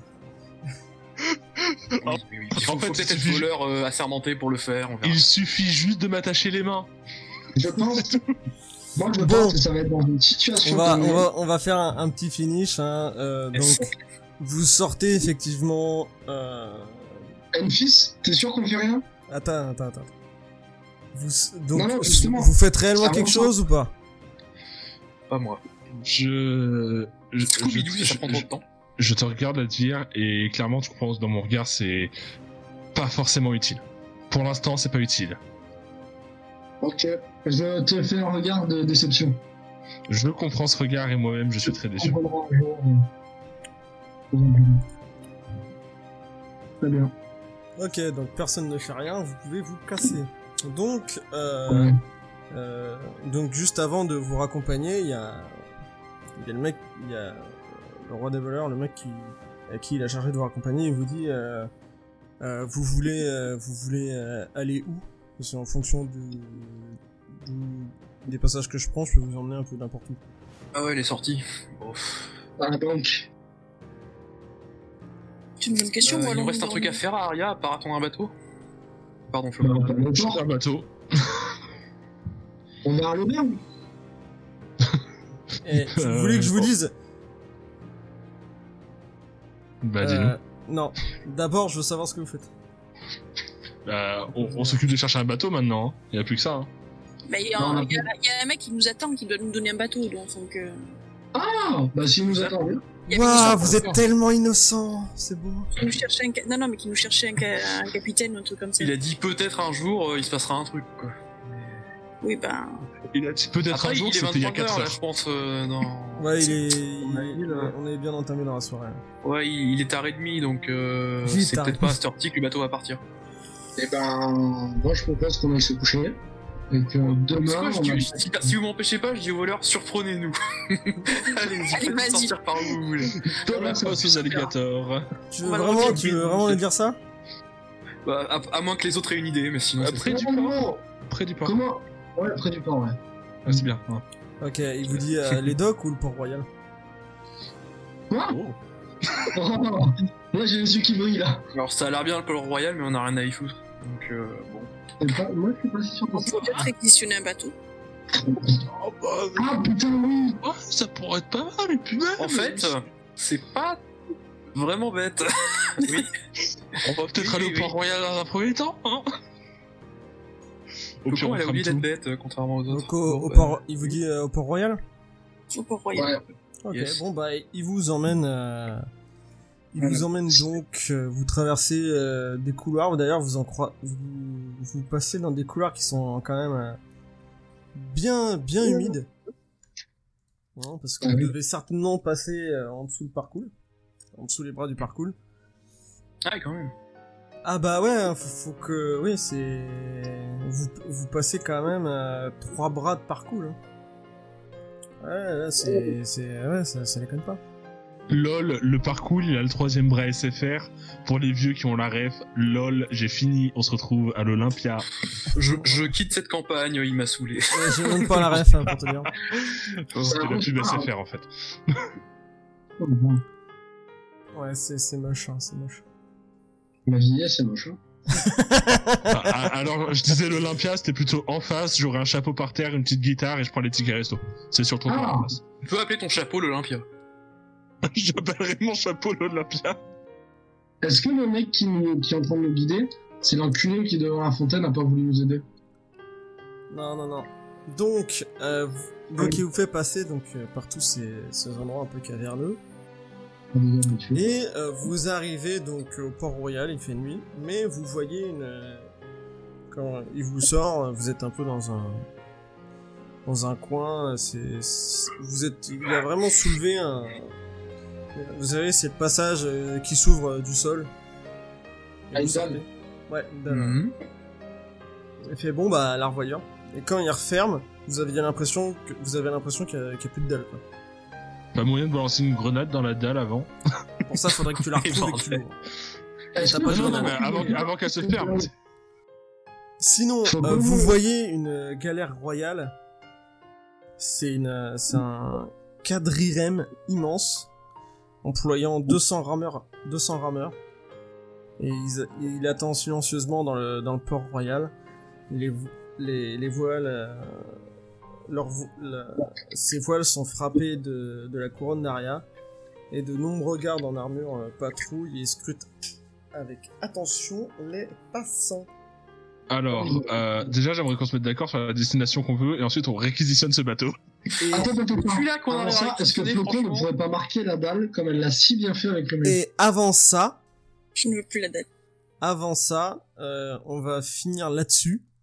Oui, oui, oui. Il faut,
En fait,
faut peut-être
c'est
être
juste-
voleur euh, assermenté pour le faire. On verra.
Il suffit juste de m'attacher les mains.
Je pense. Moi, je
Bon.
pense que ça va être dans une
On
situation.
va,
comme-
on va, on va faire un, un petit finish. Hein, euh, donc, vous sortez effectivement. Euh...
Enfis, t'es sûr qu'on fait rien
Attends, attends, attends. Vous, s- donc,
Non, non, justement.
vous faites réellement
Ça
quelque
avance.
chose ou pas
Pas moi.
Je. Je,
Scooby-Doo,
je-
ça prend trop de temps.
je te regarde à dire et clairement, tu comprends que dans mon regard, c'est pas forcément utile. Pour l'instant, c'est pas utile.
Ok. Je te fais un regard de déception.
Je comprends ce regard et moi-même, je suis très déçu.
On reprendra un jour, euh, Très bien.
Ok, donc personne ne fait rien, vous pouvez vous casser. Donc, euh,
Ouais.
euh, donc juste avant de vous raccompagner, il y a, il y a le mec, il y a euh, le roi des voleurs, le mec qui, à qui il a chargé de vous raccompagner, il vous dit, euh, euh, vous voulez, euh, vous voulez euh, aller où C'est en fonction du, du- des passages que je prends, je peux vous emmener un peu n'importe où.
Ah ouais, elle est sortie. Bon, pff.
À la banque.
C'est une bonne question.
Euh,
moi,
il nous
allons-nous
reste un truc à
dormir
faire à Aria, à part attendre un bateau Pardon, Flo.
Bah, on va pas
Je
longtemps.
prends un bateau.
On va à l'auberge.
Et vous voulez que
Euh,
je vous dise
Bah, dis-nous.
euh, Non. D'abord, je veux savoir ce que vous faites.
Bah, on on s'occupe de chercher un bateau maintenant. Il n'y a plus que ça. hein.
Bah, Il y, a
Non,
un-
on a
il y a- il y a un mec qui nous attend, qui doit nous donner un bateau. Donc, donc, euh,
Ah Bah, s'il nous attend, oui.
il y a
Waouh,
quelqu'un
vous êtes tellement innocent, c'est beau.
qui nous cherchait un... ca- Non, non, mais qui nous cherchait un, ca- un capitaine ou un truc comme ça.
Il a dit peut-être un jour, euh, il se passera un truc. Quoi.
Oui, ben...
Il a dit peut-être
Après,
un jour,
il est
c'était il y a
23
4
heures, là,
heures.
je pense. euh, dans...
Ouais, il est.
On a
il-
eu le-
On est bien entamé dans la soirée.
Ouais, il il est tard et demi, donc euh,
Il est
c'est
tard et
peut-être pas à cette heure-ci que le bateau va partir.
Eh ben, moi je propose qu'on aille se coucher. Et que
C'est
demain,
quoi, je
on
dis-
a-
si, si vous m'empêchez pas, je dis au voleur, surprenez-nous. Allez-y,
Allez,
faites-nous
vas-y.
sortir par où vous voulez.
Comme la
Voilà,
fosse aux alligators.
Tu
On
veux
va le
vraiment,
retirer,
tu veux
oui,
vraiment
je-
lui dire ça
Bah, à, à moins que les autres aient une idée, mais sinon. c'est
Après
ça.
du
Comment-
port. Près du port.
Comment Ouais, près du port, ouais.
Ah, c'est bien. hein.
Ok, il vous dit euh, les docks ou le port royal
Quoi
Oh.
Oh, Moi j'ai les yeux qui brillent là.
Alors, ça a l'air bien le pôle royal, mais on a rien à y foutre. Donc, euh, bon.
Et pas- Moi je suis pas si sûr de
on
ça.
peut peut-être réquisitionner un bateau.
Oh, bah,
Ah putain, oui
Oh, ça pourrait être pas mal, et puis même.
En fait, euh, c'est pas vraiment bête. oui.
on va peut-être
oui,
aller
oui,
au Port
oui.
Royal dans un premier temps, hein. Au
Le
pire,
con,
on
elle a
crame
oublié d'être
tout.
bête, euh, contrairement aux autres.
Donc au,
Bon,
au
bah,
port, il vous dit euh, au port royal
Au port royal.
Ouais,
Ok,
Yes.
bon bah il vous emmène, euh, il
Voilà.
vous emmène donc, euh, vous traversez euh, des couloirs. D'ailleurs, vous en crois, vous, vous passez dans des couloirs qui sont quand même euh, bien, bien humides, Hein, parce qu'on
Ah oui.
devait certainement passer euh, en dessous le parcours, en dessous les bras du parcours.
Ah, quand même.
Ah bah ouais, hein, faut, faut que, oui, c'est, vous, vous passez quand même euh, trois bras de parcours. hein. Ouais, là, c'est, c'est, ouais, ça, ça déconne pas.
LOL, le parcours, il a le troisième bras SFR. Pour les vieux qui ont la ref, LOL, j'ai fini, on se retrouve à l'Olympia.
Je, je quitte cette campagne, il m'a saoulé.
Ouais, J'ai même pas la ref hein, pour te dire.
Oh, C'était la pub SFR en fait.
Oh, bon.
Ouais, c'est c'est moche, hein, c'est moche.
Ma vieillesse, c'est moche. hein.
Enfin, a- alors, je disais l'Olympia, c'était plutôt en face, j'aurais un chapeau par terre, une petite guitare et je prends les tickets resto. C'est sur ton
Ah.
en face.
Tu peux appeler ton chapeau l'Olympia.
J'appellerai mon chapeau l'Olympia.
Est-ce que le mec qui, nous- qui est en train de nous guider, c'est l'enculé qui est devant la fontaine n'a pas voulu nous aider
Non, non, non. Donc, euh, vous- donc il vous fait passer donc euh, par tous ces, ces endroits un peu caverneux.
On est bien habitué.
Et euh, vous arrivez donc au Port Royal, il fait nuit, mais vous voyez une... euh, Quand il vous sort, euh, vous êtes un peu dans un... Dans un coin, euh, c'est... c'est- Vous êtes... Il a vraiment soulevé un... Vous savez, c'est le passage euh, qui s'ouvre euh, du sol. Et
Ah,
vous
une dalle.
sortez. Ouais, une dalle,
Mm.
ouais.
Mhm.
Il fait bon bah la revoyant. Et quand il referme, vous aviez l'impression que vous avez l'impression qu'il n'y a, qu'il y a plus de dalle quoi.
Pas moyen de balancer une grenade dans la dalle avant.
Pour ça faudrait que tu la retrouves et que tu l'ouvres.
Est-ce
t'as
que-
pas de
Non, non,
grenade.
mais avant, avant qu'elle se ferme.
Sinon,
Faut
euh,
que-
vous voyez une euh, galère royale. C'est une euh, c'est un quadrirème immense employant 200 rameurs 200 rameurs. Et ils- et il attend silencieusement dans le, dans le port royal. Les, vo- les, les voiles euh, leurs vo- la- ces voiles sont frappées de, de la couronne d'Aria et de nombreux gardes en armure euh, patrouillent et scrutent avec attention les passants.
Alors, euh, déjà, j'aimerais qu'on se mette d'accord sur la destination qu'on veut et ensuite on réquisitionne ce bateau.
Et-
Attends, attends, attends.
Celui là qu'on
Avant
a
ça, est-ce que
réquisitionné,
Floquet ne
franchement,
pourrait pas marquer la dalle comme elle l'a si bien fait avec le mec
Et avant ça,
Je ne veux plus la date.
avant ça, euh, on va finir là-dessus.